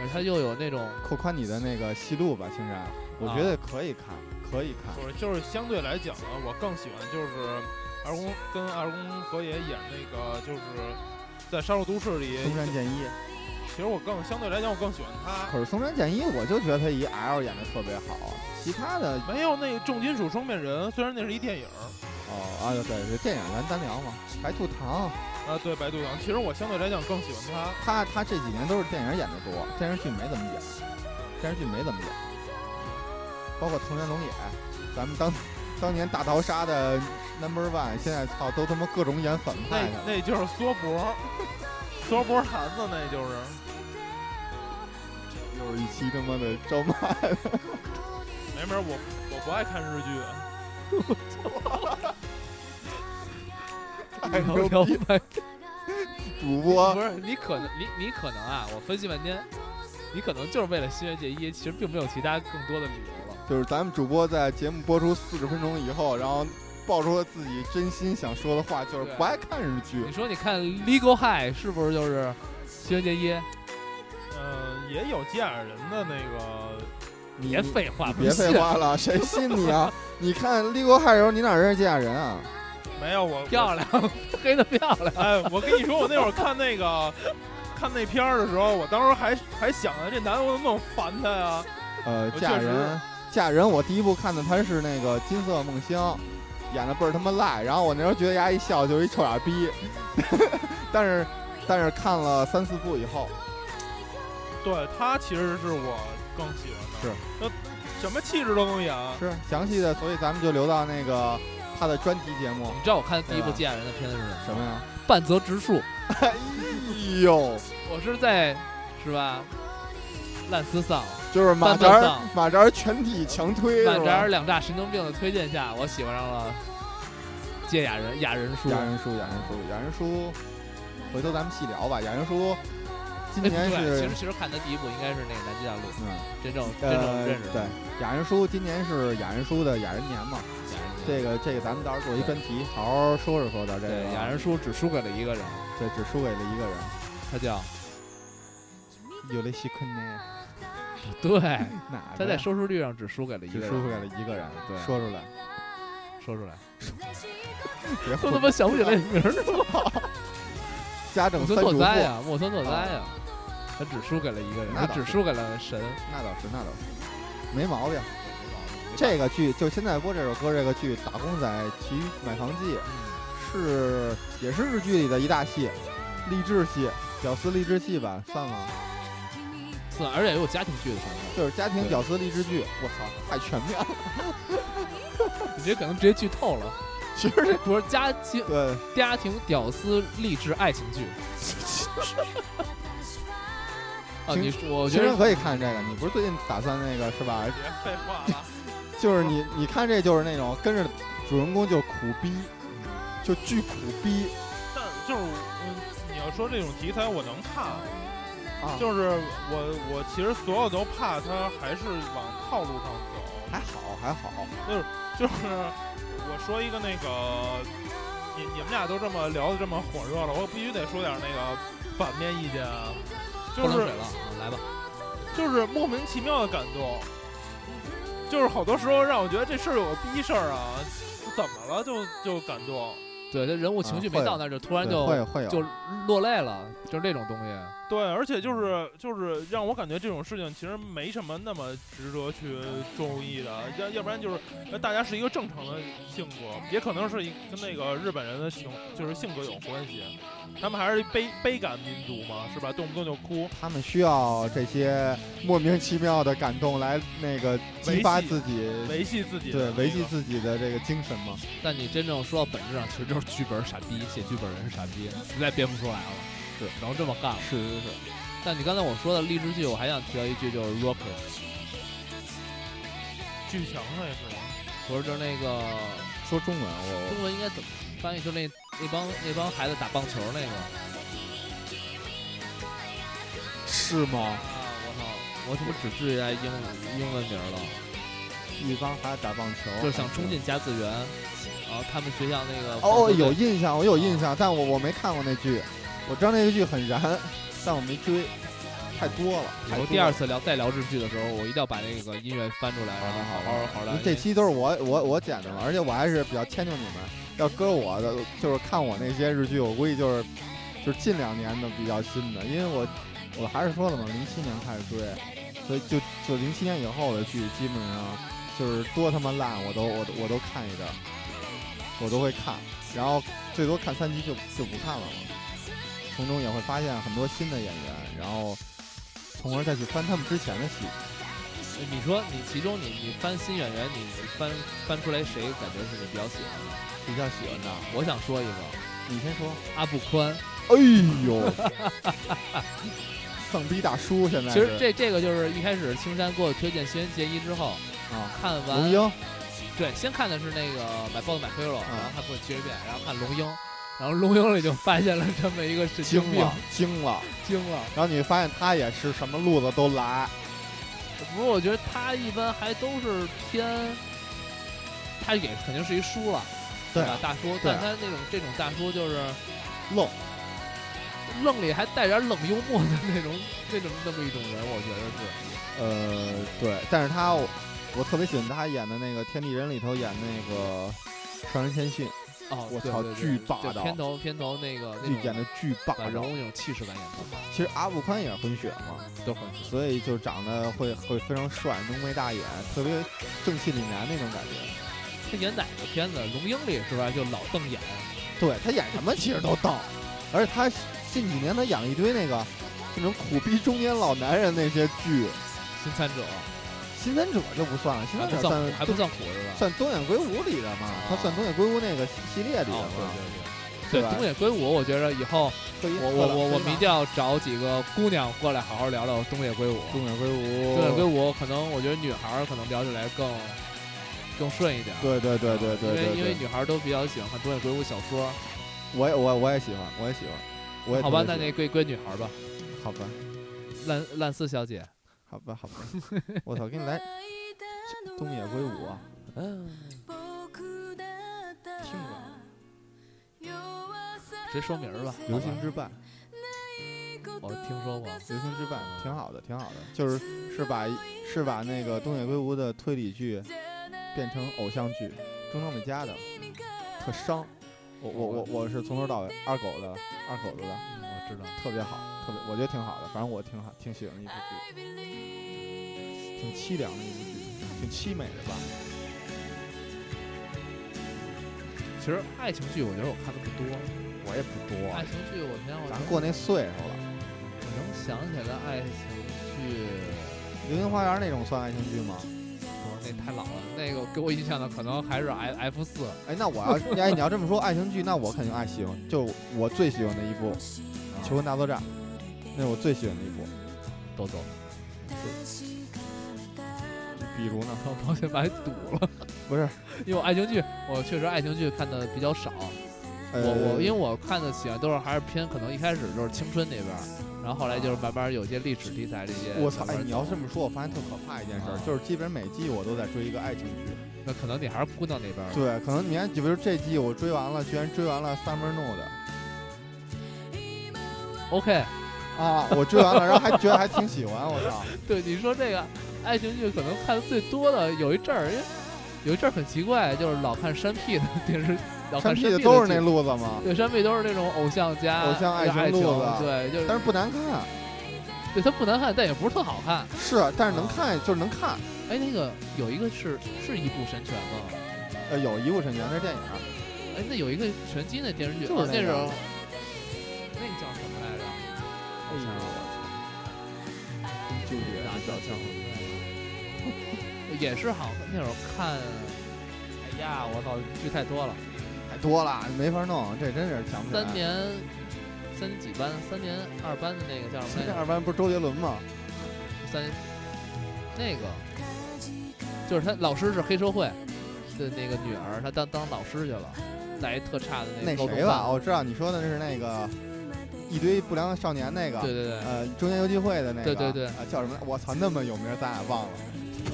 Speaker 3: 而且他又有那
Speaker 1: *laughs*
Speaker 3: 种
Speaker 1: 拓宽你的那个戏路吧，青山，我觉得可以看，可以看。
Speaker 2: 不是，就是相对来讲啊，我更喜欢就是二宫跟二宫和也演那个就是在《杀戮都市》里，
Speaker 1: 松山健一，
Speaker 2: 其实我更相对来讲我更喜欢他。
Speaker 1: 可是松山健一，我就觉得他以 L 演的特别好，其他的
Speaker 2: 没有那个重金属双面人，虽然那是一电影
Speaker 1: 哦啊对对，电影咱单聊嘛，白兔糖，
Speaker 2: 啊，对白兔羊，其实我相对来讲更喜欢他。
Speaker 1: 他他这几年都是电影演的多，电视剧没怎么演，电视剧没怎么演，包括藤原龙也，咱们当当年大逃杀的 Number One，现在操都他妈各种演反
Speaker 2: 那
Speaker 1: 派去了。
Speaker 2: 那就是缩 *laughs* 脖，缩脖坛子，那就是。
Speaker 1: 又是一期他妈的招骂，
Speaker 2: 没没，我我不爱看日剧，啊
Speaker 1: 太牛
Speaker 3: 聊
Speaker 1: 逼了！
Speaker 3: 半
Speaker 1: 主播
Speaker 3: 不是你可能你你可能啊，我分析半天，你可能就是为了新垣结衣，其实并没有其他更多的理由了。
Speaker 1: 就是咱们主播在节目播出四十分钟以后，然后爆出了自己真心想说的话，就是
Speaker 3: 对
Speaker 1: 不爱看日剧
Speaker 3: 你。说你看《Legal High》是不是就是新垣结衣？
Speaker 2: 嗯，也有接耳人的那个，
Speaker 1: 你
Speaker 3: 别废话，
Speaker 1: *laughs* 别
Speaker 3: 不信啊
Speaker 1: 废，话了，谁信你啊？你看《立国汉时候，你哪认识这俩人啊？
Speaker 2: 没有我我
Speaker 3: 漂亮， *laughs* 黑的漂亮。
Speaker 2: 哎，我跟你说，我那会儿看那个 *laughs* 看那片儿的时候，我当时还还想着这男的我怎么那么烦他呀？
Speaker 1: 呃，
Speaker 2: 我
Speaker 1: 嫁
Speaker 2: 确实
Speaker 1: 人，嫁人，我第一部看的他是那个《金色梦乡》，演的倍儿他妈赖，然后我那时候觉得丫一笑就是一臭傻逼， *laughs* 但是但是看了三四部以后，
Speaker 2: 对他其实是我更喜欢的，
Speaker 1: 是
Speaker 2: 就什么气质都能演，
Speaker 1: 是详细的，所以咱们就留到那个他的专题节目
Speaker 3: 你知道我看第一部《
Speaker 1: 对吧
Speaker 3: 芥雅人》的片子是什么？
Speaker 1: 什么？呀？ *laughs*
Speaker 3: 半泽直树。
Speaker 1: 哎呦！
Speaker 3: 我是在，是吧？烂丝丧、
Speaker 1: 就是马
Speaker 3: 翻
Speaker 1: 扎
Speaker 3: 不
Speaker 1: 儿
Speaker 3: 上
Speaker 1: 马扎儿全体强推，
Speaker 3: 满
Speaker 1: 是
Speaker 3: 宅
Speaker 1: 吧
Speaker 3: 儿两大神经病的推荐下，我喜欢上了芥雅人雅人 *laughs* 叔。
Speaker 1: 雅人叔，雅人叔，雅人叔，回头咱们细聊吧。雅人叔今年
Speaker 3: 哎不对，
Speaker 1: 是
Speaker 3: 其实其实看他第一部应该是那个《南极大陆》，
Speaker 1: 嗯
Speaker 3: 真正真正
Speaker 1: 呃
Speaker 3: 认识的
Speaker 1: 对，雅人叔今年是雅人叔的雅人年嘛，
Speaker 3: 雅人叔。
Speaker 1: 这个这个咱们到时候做一专题，好好说说说的这个啊
Speaker 3: 对，雅人叔只输给了一个人，
Speaker 1: 对只输给了一个人，
Speaker 3: 他叫
Speaker 1: 有雷西昆呢，
Speaker 3: 对，
Speaker 1: 哪
Speaker 3: 他
Speaker 1: 个
Speaker 3: 在
Speaker 1: 呀
Speaker 3: 收视率上只输给了一
Speaker 1: 哎只
Speaker 3: 个
Speaker 1: 输
Speaker 3: 人，
Speaker 1: 给了一个人，
Speaker 3: 对
Speaker 1: 说出来
Speaker 3: *laughs* 说出来，
Speaker 1: *laughs* 别
Speaker 3: 都他
Speaker 1: 混， *laughs*
Speaker 3: 妈想不起来名儿了。
Speaker 1: 家
Speaker 3: 木
Speaker 1: 政
Speaker 3: 村
Speaker 1: 三
Speaker 3: 拓
Speaker 1: 主妇，
Speaker 3: 哉啊呀，木村拓哉呀，他只输给了一个人，
Speaker 1: 那
Speaker 3: 他
Speaker 1: 倒
Speaker 3: 只
Speaker 1: 是
Speaker 3: 输给了神。
Speaker 1: 那倒是，那倒是，没毛病。这个剧就现在播这首歌，这个剧《打工仔骑买房记》
Speaker 3: 嗯
Speaker 1: 是也是日剧里的一大戏，励志戏，屌丝励志戏吧，算吗？
Speaker 3: 算，而且也有家庭剧的成分，
Speaker 1: 就是家庭屌丝励志剧，我操，太全面了。
Speaker 3: 你这可能直接剧透了。
Speaker 1: 其实这
Speaker 3: 比如说家庭
Speaker 1: 对，
Speaker 3: 家庭屌丝励志爱情剧。啊，
Speaker 1: 情
Speaker 3: 你说我
Speaker 1: 其
Speaker 3: 觉
Speaker 1: 实
Speaker 3: 得
Speaker 1: 可以看这个。你不是最近打算那个是 *laughs* 吧？
Speaker 2: 别废话了，
Speaker 1: 就是你你看这就是那种跟着主人公就是苦逼，就巨苦逼
Speaker 2: 但就是嗯，你要说这种题材我能看，
Speaker 1: 啊，
Speaker 2: 就是我我其实所有都怕他还是往套路上走，
Speaker 1: 还好还好。
Speaker 2: *laughs* 就是我说一个那个，你你们俩都这么聊的这么火热了，我必须得说点那个反面意见啊，
Speaker 3: 泼
Speaker 2: 就
Speaker 3: 冷水
Speaker 2: 是
Speaker 3: 了，啊来吧。
Speaker 2: 就是莫名其妙的感动，就是好多时候让我觉得这事儿有个逼事儿啊，怎么了就就感动？
Speaker 3: 对，这人物情绪没
Speaker 1: 啊
Speaker 3: 到
Speaker 1: 会
Speaker 3: 那儿，就突然
Speaker 1: 对
Speaker 3: 就
Speaker 1: 会会有
Speaker 3: 就落泪了，就是这种东西。
Speaker 2: 对，而且就是就是让我感觉这种事情其实没什么那么值得去注意的，要要不然就是呃大家是一个正常的性格，也可能是一跟那个日本人的性就是性格有关系，他们还是悲悲感民族嘛，是吧？动不动就哭，
Speaker 1: 他们需要这些莫名其妙的感动来那个激发自己，
Speaker 2: 维系自己
Speaker 1: 对
Speaker 2: 的那
Speaker 1: 维系
Speaker 2: 个
Speaker 1: 自己的这个精神嘛。
Speaker 3: 但你真正说到本质上，其实就是剧本傻逼，写剧本人是傻逼，实在编不出来了，
Speaker 1: 是
Speaker 3: 只能这么干了。
Speaker 1: 是是是，
Speaker 3: 但你刚才我说的励志剧，我还想提到一句，就是 Rocket，
Speaker 2: 剧情那是。
Speaker 3: 不是就是那个
Speaker 1: 说中文我
Speaker 3: 中文应该怎么翻译？就那那帮那帮孩子打棒球那个
Speaker 1: 是吗？
Speaker 3: 啊，我操，我怎么只记下英文英文名了？
Speaker 1: 一帮孩子打棒球，
Speaker 3: 就是想冲进甲子园，然后他们学校那个
Speaker 1: 哦，有
Speaker 3: 一
Speaker 1: 印象，我有印
Speaker 3: 啊
Speaker 1: 象，但我我没看过那剧，我知道那个剧很燃，但我没追，太多了。太
Speaker 3: 以后
Speaker 1: 多
Speaker 3: 第二
Speaker 1: 了。
Speaker 3: 次聊再聊日剧的时候，我一定要把那个音乐翻出来，然后好好好好聊。
Speaker 1: 这期都是我我我剪的嘛，而且我还是比较迁就你们。要搁我的，就是看我那些日剧，我估计就是就是近两年的比较新的，因为我我还是说了嘛，零七年开始追，所以就就零七年以后的剧，基本上就是多他妈烂我都我都我都看一点儿，我都会看，然后最多看三集就就不看了嘛。从中也会发现很多新的演员，然后从而再去翻他们之前的戏。
Speaker 3: 你说你其中你你翻新演员，你翻翻出来谁感觉是你比较喜欢的？
Speaker 1: 比较喜欢的，
Speaker 3: 我想说一个
Speaker 1: 你先说。
Speaker 3: 阿布宽，
Speaker 1: 哎
Speaker 3: *laughs*
Speaker 1: 呦，丧逼大叔现在
Speaker 3: 其
Speaker 1: 是
Speaker 3: 实这这个就是一开始青山给我推荐《新人结衣》之后，
Speaker 1: 啊，
Speaker 3: 看
Speaker 1: 龙
Speaker 3: 完
Speaker 1: 樱
Speaker 3: 对，先看的是那个《买豹子买 hero》，
Speaker 1: 嗯
Speaker 3: 然后看过七十遍，然后看龙樱，然后龙樱里就发现了这么一个神 *laughs* 经
Speaker 1: 惊
Speaker 3: 病，
Speaker 1: 了惊了，
Speaker 3: 惊了。
Speaker 1: 然后你发现他也是什么路子都来，
Speaker 3: 不是，我觉得他一般还都是偏，他也肯定是一叔了，
Speaker 1: 对
Speaker 3: 吧？大叔，
Speaker 1: 对
Speaker 3: 但他那种这种大叔就是
Speaker 1: 愣，
Speaker 3: 愣里还带点冷幽默的那种 *laughs* 那种那么一种人，我觉得是。
Speaker 1: 呃，对，但是他我我特别喜欢他演的那个《天地人》里头演那个上人谦信，
Speaker 3: 哦，
Speaker 1: 我
Speaker 3: 对
Speaker 1: 操
Speaker 3: 对对
Speaker 1: 巨
Speaker 3: 对
Speaker 1: 霸道
Speaker 3: 片头片头那个那
Speaker 1: 就
Speaker 3: 种
Speaker 1: 演的巨霸
Speaker 3: 把人
Speaker 1: 道
Speaker 3: 物。那种气势感演出来，
Speaker 1: 其实阿布宽也是混血嘛，
Speaker 3: 都很喜
Speaker 1: 所以就长得会会非常帅，浓眉大眼，特别正气凛然那种感觉。
Speaker 3: 他演哪个片子？《龙樱》里是吧？就老瞪眼，
Speaker 1: 对他演什么其实都逗，而且他近几年他演了一堆那个那种苦逼中年老男人那些剧，
Speaker 3: 新参者
Speaker 1: 新三者就不算了，新
Speaker 3: 还
Speaker 1: 三
Speaker 3: 不
Speaker 1: 者
Speaker 3: 算
Speaker 1: 算
Speaker 3: 苦，还不算苦是吧？
Speaker 1: 算东野圭吾里的嘛，他算东野圭吾那个系系列里的
Speaker 3: 哦，
Speaker 1: 嘛，
Speaker 3: 对对对，
Speaker 1: 对吧
Speaker 3: 对
Speaker 1: 哎
Speaker 3: 东野圭吾，我觉得以后
Speaker 1: 对
Speaker 3: 我我我我们一定要找几个姑娘过来好好聊聊东野圭吾。
Speaker 1: 东野圭吾，
Speaker 3: 东野圭吾可能我觉得女孩儿可能聊起来更更顺一点。啊
Speaker 1: 对对对对对
Speaker 3: 因为
Speaker 1: 对
Speaker 3: 因为
Speaker 1: 对，
Speaker 3: 女孩儿都比较喜欢看东野圭吾小说。
Speaker 1: 我也我也我也喜欢，我也喜欢，我也
Speaker 3: 好吧，
Speaker 1: 特
Speaker 3: 那
Speaker 1: 别
Speaker 3: 那
Speaker 1: 喜
Speaker 3: 归归女孩儿吧，
Speaker 1: 欢好吧
Speaker 3: 烂烂四小姐。
Speaker 1: *laughs* 好吧好吧，我操，给
Speaker 3: *laughs*
Speaker 1: 你来东野圭吾啊，
Speaker 3: 嗯，
Speaker 1: 听着，
Speaker 3: 直接说名儿吧。
Speaker 1: 流
Speaker 3: 好吧
Speaker 1: 星之绊，
Speaker 3: 我听说过。
Speaker 1: 流星之绊挺好的，挺好的，就是是把是把那个东野圭吾的推理剧变成偶像剧，中岛美嘉的，特伤。我我我我是从头到尾二狗的二狗子的，
Speaker 3: 嗯知道。
Speaker 1: 特别好，特别我觉得挺好的，反正我挺好挺喜欢的一部剧，挺凄凉的一部剧，挺凄美的吧。
Speaker 3: 其实爱情剧，我觉得我看的不多。
Speaker 1: 我也不
Speaker 3: 爱
Speaker 1: 多，
Speaker 3: 情剧，我天，啊我
Speaker 1: 咱
Speaker 3: 能
Speaker 1: 过那岁数了，
Speaker 3: 我能想起来爱情剧，
Speaker 1: 《流星花园》那种算爱情剧吗？
Speaker 3: 哦，那太老了。那个给我印象的可能还是 F F 四，
Speaker 1: 哎，那我要 *laughs* 哎，你要这么说爱情剧，那我肯定爱喜欢，就我最喜欢的一部《求婚大作战》，那是我最喜欢的一部。
Speaker 3: 豆豆，
Speaker 1: 比如呢？
Speaker 3: 我保险把你堵了。
Speaker 1: 不是，
Speaker 3: 因为我爱情剧，我确实爱情剧看的比较少。
Speaker 1: 呃、
Speaker 3: 我我因为
Speaker 1: 为
Speaker 3: 我看的喜欢都是还是偏可能一开始就是青春那边儿，然后后来就是慢慢有些历史题材这些。
Speaker 1: 我操！
Speaker 3: 慢
Speaker 1: 哎，
Speaker 3: 慢
Speaker 1: 你要这么说，我发现特可怕一件事
Speaker 3: 啊
Speaker 1: 儿，就是基本每季我都在追一个爱情剧。
Speaker 3: 那可能你还是姑娘那边儿。
Speaker 1: 对，可能你看，比如这季我追完了，居然追完了《Summer No》的
Speaker 3: *laughs* OK，
Speaker 1: 啊，我追完了，然后还觉得还挺喜欢，我操！
Speaker 3: *laughs* 对你说这个爱情剧可能看的最多的有一阵儿，因为有一阵儿很奇怪，就是老看山 P 的 *laughs* 电视，老看
Speaker 1: 山 P
Speaker 3: 山
Speaker 1: 的
Speaker 3: P
Speaker 1: 都是那
Speaker 3: 剧
Speaker 1: 路子嘛，
Speaker 3: 对山 P 都是那种偶像加
Speaker 1: 偶像爱
Speaker 3: 爱
Speaker 1: 情路子
Speaker 3: 对，就是
Speaker 1: 但是不难看，
Speaker 3: 对它不难看，但也不是特好看。
Speaker 1: 是，但是能
Speaker 3: 啊
Speaker 1: 看就是能看。
Speaker 3: 哎，那个有一个是是一部《神犬》吗？
Speaker 1: 呃，有一部是原来电影儿，
Speaker 3: 哎，那有一个拳击那电视剧，
Speaker 1: 就是
Speaker 3: 哦那
Speaker 1: 那
Speaker 3: 时
Speaker 1: 个
Speaker 3: 候，那个叫什么来着？
Speaker 1: 哎呦真纠结，
Speaker 3: 哪
Speaker 1: 这
Speaker 3: 叫叫
Speaker 1: 表情
Speaker 3: 什。么来着？ *laughs* 也是好像那会儿看，哎呀，我操，剧太多了，
Speaker 1: 太多了，没法弄，这真是想不起来。
Speaker 3: 三年。三年几班？三年二班的那个叫什么
Speaker 1: 这
Speaker 3: 来
Speaker 1: 二班不是周杰伦吗？
Speaker 3: 着？三年那个，就是他老师是黑社会的那个女儿，她当当老师去了，在一特差的
Speaker 1: 那
Speaker 3: 个高中
Speaker 1: 谁吧，
Speaker 3: 班
Speaker 1: 我知道你说的是那个一堆不良少年那个，
Speaker 3: 对对对，
Speaker 1: 呃，中间游击会的那
Speaker 3: 对
Speaker 1: 个，
Speaker 3: 对对
Speaker 1: 啊，叫什么来？我操，那么有名儿，咱俩忘了。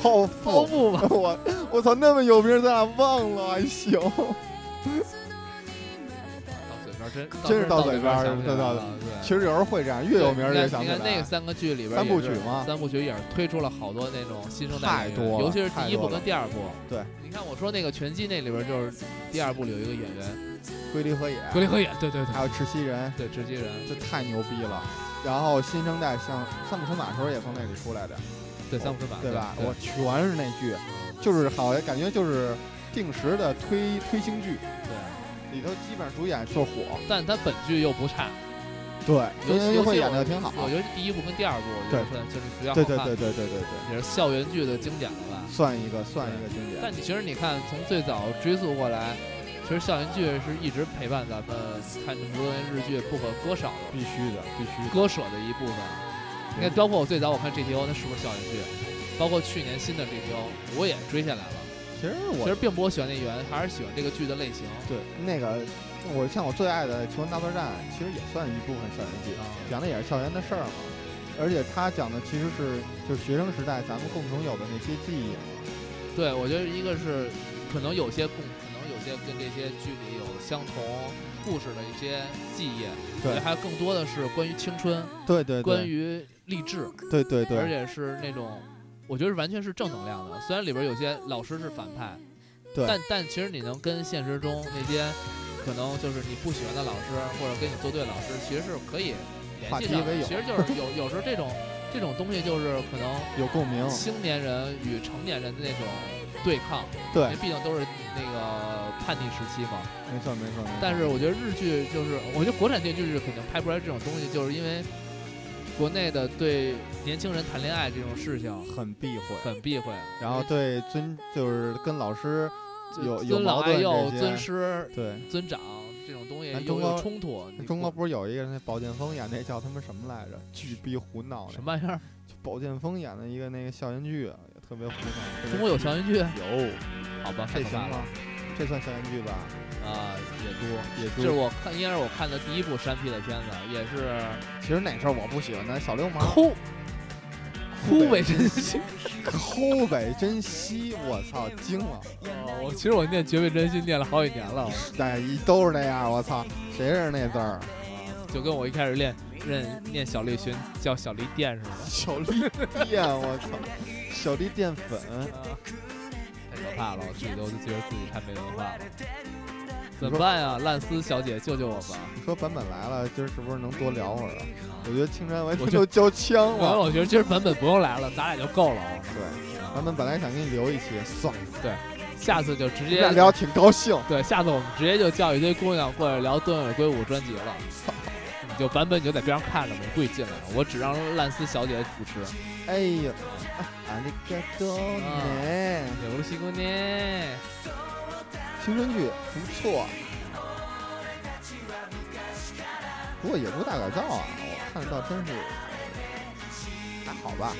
Speaker 1: 包
Speaker 3: 包
Speaker 1: 袱，
Speaker 3: 布吧，
Speaker 1: 我我操，那么有名儿，咱俩忘了，还行。
Speaker 3: 到嘴边儿真
Speaker 1: 真是到
Speaker 3: 嘴
Speaker 1: 嘴边儿
Speaker 3: 想不起
Speaker 1: 对
Speaker 3: 来
Speaker 1: 对
Speaker 3: 了对。
Speaker 1: 其实有时候会这样，越
Speaker 3: 对
Speaker 1: 有名儿
Speaker 3: 你看
Speaker 1: 越想
Speaker 3: 你
Speaker 1: 起来。
Speaker 3: 看那个三个剧里边儿
Speaker 1: 三
Speaker 3: 也
Speaker 1: 部
Speaker 3: 是
Speaker 1: 曲吗
Speaker 3: 三部曲也是推出了好多那种新生代
Speaker 1: 太
Speaker 3: 演员
Speaker 1: 多了
Speaker 3: 尤其是
Speaker 1: 太
Speaker 3: 第一部
Speaker 1: 多
Speaker 3: 跟
Speaker 1: 了
Speaker 3: 第二部。
Speaker 1: 对，
Speaker 3: 你看我说那个拳击那里边儿就是第二部里有一个演员
Speaker 1: 龟梨和也，
Speaker 3: 格林和也，对对对
Speaker 1: 还有赤西仁，
Speaker 3: 对，直击人，
Speaker 1: 这太牛逼了。然后新生代像山姆·春马时候也从那里出来的，
Speaker 3: 对三部曲版
Speaker 1: 对吧？
Speaker 3: 对
Speaker 1: 我全是那剧，就是好像感觉就是定时的推推星剧，
Speaker 3: 对，
Speaker 1: 里头基本上主演就是火。
Speaker 3: 但他本剧又不差，
Speaker 1: 对，
Speaker 3: 尤其
Speaker 1: 中间
Speaker 3: 尤
Speaker 1: 游
Speaker 3: 其
Speaker 1: 会演
Speaker 3: 我
Speaker 1: 的挺好。
Speaker 3: 我觉得第一部跟第二部，我觉得算就是比较好
Speaker 1: 对
Speaker 3: 看，
Speaker 1: 对对对对对对，
Speaker 3: 也是校园剧的经典了吧。
Speaker 1: 算一个算一个经典。
Speaker 3: 但你其实你看，从最早追溯过来，其实校园剧是一直陪伴咱们看无论日剧不可多少的
Speaker 1: 必须的，必须的。
Speaker 3: 割舍的一部分。你看，包括我最早我看 GTO，那是不是校园剧？包括去年新的 GTO，我也追下来了。
Speaker 1: 其实
Speaker 3: 其
Speaker 1: 我
Speaker 3: 实并不是喜欢那原，还是喜欢这个剧的类型。
Speaker 1: 对那个，我像我最爱的《求婚大作战》，其实也算一部分校园剧，
Speaker 3: 啊，
Speaker 1: 讲的也是校园的事儿嘛。而且他讲的其实是就是学生时代咱们共同有的那些记忆嘛。
Speaker 3: 对，我觉得一个是可能有些共，可能有些跟这些剧里有相同故事的一些记忆，我觉
Speaker 1: 对
Speaker 3: 得还有更多的是关于青春，
Speaker 1: 对对
Speaker 3: 关
Speaker 1: 对，
Speaker 3: 于励志。
Speaker 1: 对对
Speaker 3: 而
Speaker 1: 对
Speaker 3: 且是那种，我觉得完全是正能量的。虽然里边有些老师是反派，
Speaker 1: 对
Speaker 3: 但但其实你能跟现实中那些可能就是你不喜欢的老师，或者跟你作对的老师，其实是可以联
Speaker 1: 化
Speaker 3: 系
Speaker 1: 敌
Speaker 3: 上
Speaker 1: 为
Speaker 3: 的。
Speaker 1: 友
Speaker 3: 其实就是有有时候这种这种东西，就是可能
Speaker 1: 有共鸣。
Speaker 3: 青年人与成年人的那种对抗，因为
Speaker 1: 对，
Speaker 3: 毕竟都是那个叛逆时期嘛。
Speaker 1: 没错没错没错。
Speaker 3: 但是我觉得日剧就是，我觉得国产电视剧是肯定拍不出来这种东西，就是因为国内的对年轻人谈恋爱这种事情。
Speaker 1: 很避讳，
Speaker 3: 很避讳。
Speaker 1: 然后对尊就是跟老师
Speaker 3: 就
Speaker 1: 有有
Speaker 3: 尊老
Speaker 1: 矛
Speaker 3: 爱
Speaker 1: 盾
Speaker 3: 幼、
Speaker 1: 这些
Speaker 3: 尊师、
Speaker 1: 对。
Speaker 3: 尊长这种东西
Speaker 1: 咱
Speaker 3: 有
Speaker 1: 中国
Speaker 3: 有冲突。你
Speaker 1: 中国
Speaker 3: 不
Speaker 1: 不是有一个人，那保健风演那叫他妈什么来着？巨逼胡闹那
Speaker 3: 什么玩意儿？
Speaker 1: 就保健风演的一个那个校园剧，啊也特别胡闹。
Speaker 3: 中国有校园剧？
Speaker 1: 有，
Speaker 3: 好吧，
Speaker 1: 这
Speaker 3: 太可
Speaker 1: 行
Speaker 3: 怕了
Speaker 1: 吗？这算校园剧吧？
Speaker 3: 啊！野猪，
Speaker 1: 也
Speaker 3: 这是
Speaker 1: 就
Speaker 3: 我看，应该是我看的第一部删 P 的片子，也是
Speaker 1: 其实哪事儿我不喜欢咱小流氓，
Speaker 3: 抠
Speaker 1: 哭
Speaker 3: 哭为真心。
Speaker 1: *laughs* 抠北真惜，我操，惊了！
Speaker 3: 哦我其实我念绝味真心念了好几年了，
Speaker 1: 哎，一都是那样，我操，谁认识那字儿？ *laughs*
Speaker 3: 就跟我一开始练认念小栗旬叫小栗电似的，
Speaker 1: 小丽淀，我操，小丽淀粉。
Speaker 3: 太可怕了！我自己都觉得自己太没文化了。怎么办呀？烂丝小姐救救我吧！
Speaker 1: 你说版本来了，今儿是不是能多聊会儿啊？我觉得青山完全
Speaker 3: 我
Speaker 1: 都交枪
Speaker 3: 完了，
Speaker 1: 了。
Speaker 3: 我觉得今儿版本不用来了，咱俩就够了。
Speaker 1: 对，版本本来想给你留一期，算了，
Speaker 3: 下次就直
Speaker 1: 你
Speaker 3: 接
Speaker 1: 俩聊挺高兴。
Speaker 3: 对，下次我们直接就叫一堆姑娘过来聊《东野圭吾》专辑了。你就版本你就在边上看着吧，你故意进来，我只让烂丝小姐主持。
Speaker 1: 哎呦，啊，那个多呢，
Speaker 3: 有了西姑娘，
Speaker 1: 青春剧不错，不过也不大改造啊，我看倒真是还好吧。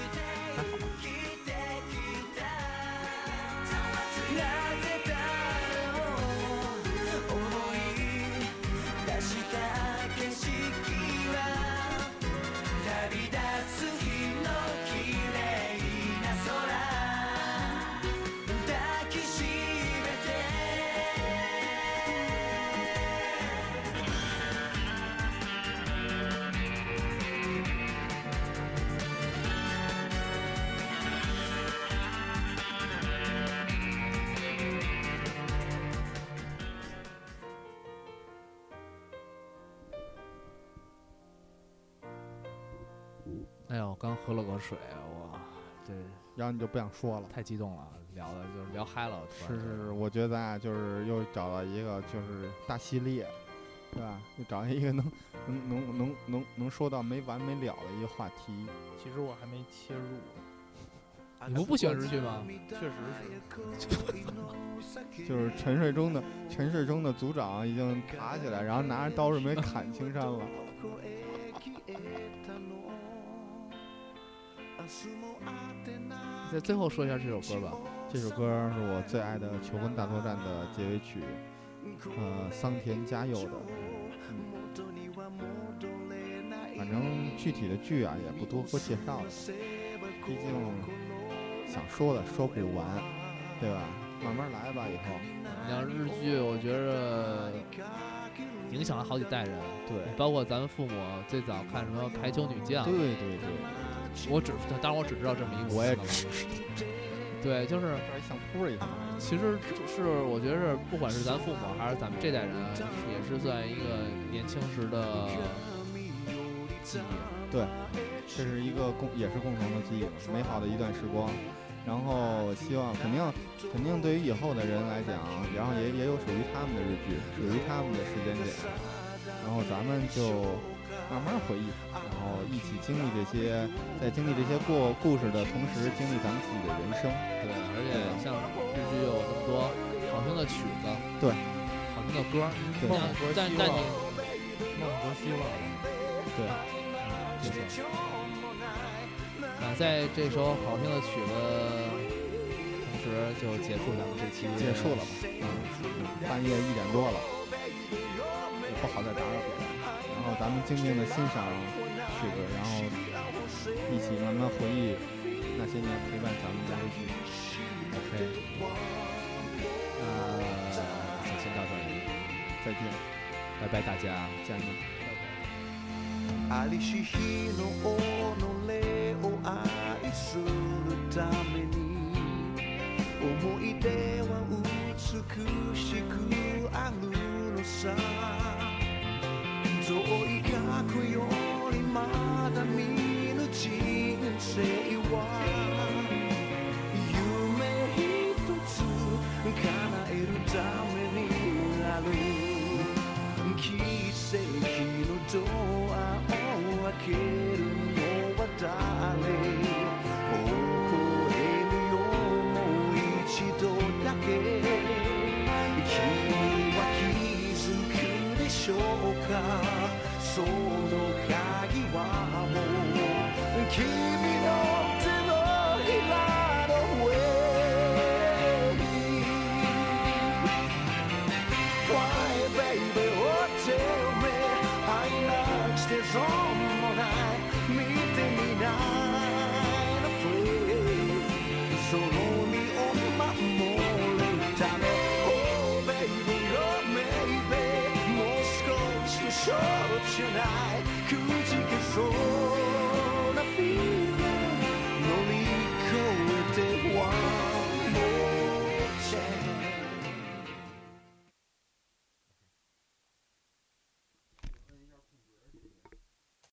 Speaker 3: 哎呦，刚喝了口水，哇，这
Speaker 1: 然后你就不想说了。
Speaker 3: 太激动了，聊的就聊嗨了。突
Speaker 1: 是
Speaker 3: 然
Speaker 1: 是是，我觉得咱俩就是又找到一个就是大系列，对吧？又找一个能能能能能能说到没完没了的一个话题。
Speaker 2: 其实我还没切入，
Speaker 3: 你不不喜欢日剧吗？
Speaker 2: 确实是
Speaker 1: 就是沉睡中的沉睡中的组长已经爬起来，然后拿着刀准备砍青山了。
Speaker 3: 在最后说一下这首歌吧。
Speaker 1: 这首歌是我最爱的《求婚大作战》的结尾曲，呃，桑田佳佑的。嗯反正具体的剧啊，也不多做介绍了，毕竟想说的说不完，对吧？慢慢来吧，以后。
Speaker 3: 你像日剧，我觉着影响了好几代人，
Speaker 1: 对，
Speaker 3: 包括咱们父母最早看什么《排球女将》，
Speaker 1: 对对对，
Speaker 3: 我只当然我只知道这么一个词了。
Speaker 1: 我也
Speaker 3: 对，就是
Speaker 1: 这儿像扑了一下。
Speaker 3: 其实是我觉得，不管是咱父母还是咱们这代人，啊也是算一个年轻时的记忆。
Speaker 1: 这是一个共也是共同的记忆，美好的一段时光。然后希望肯定肯定对于以后的人来讲，然后也也有属于他们的日剧，属于他们的时间点。然后咱们就慢慢回忆，然后一起经历这些，在经历这些过故事的同时，经历咱们自己的人生。
Speaker 3: 对，而且像日剧有那么多好听的曲子，
Speaker 1: 对，
Speaker 3: 好听的歌儿。
Speaker 1: 对
Speaker 3: 但但但你
Speaker 2: 那么多希望。
Speaker 1: 对，
Speaker 3: 没错那在这首好听的曲子同时，就结束咱们这期
Speaker 1: 结束了吧？嗯，半夜一点多了，也不好再打扰别人。然后咱们静静的欣赏曲子，然后呃一起慢慢回忆那些年陪伴咱们的日剧。
Speaker 3: OK，那就先到这里，
Speaker 1: 呃再见，
Speaker 3: 拜拜大家。
Speaker 1: 家人们。
Speaker 4: ありし日の己を愛するために思い出は美しくあるのさ遠い過去よりまだ見ぬ人生は夢一つ叶えるためになる奇跡のドアを開けるのは誰微笑むよもう一度だけ君は気づくでしょうかそう Oh,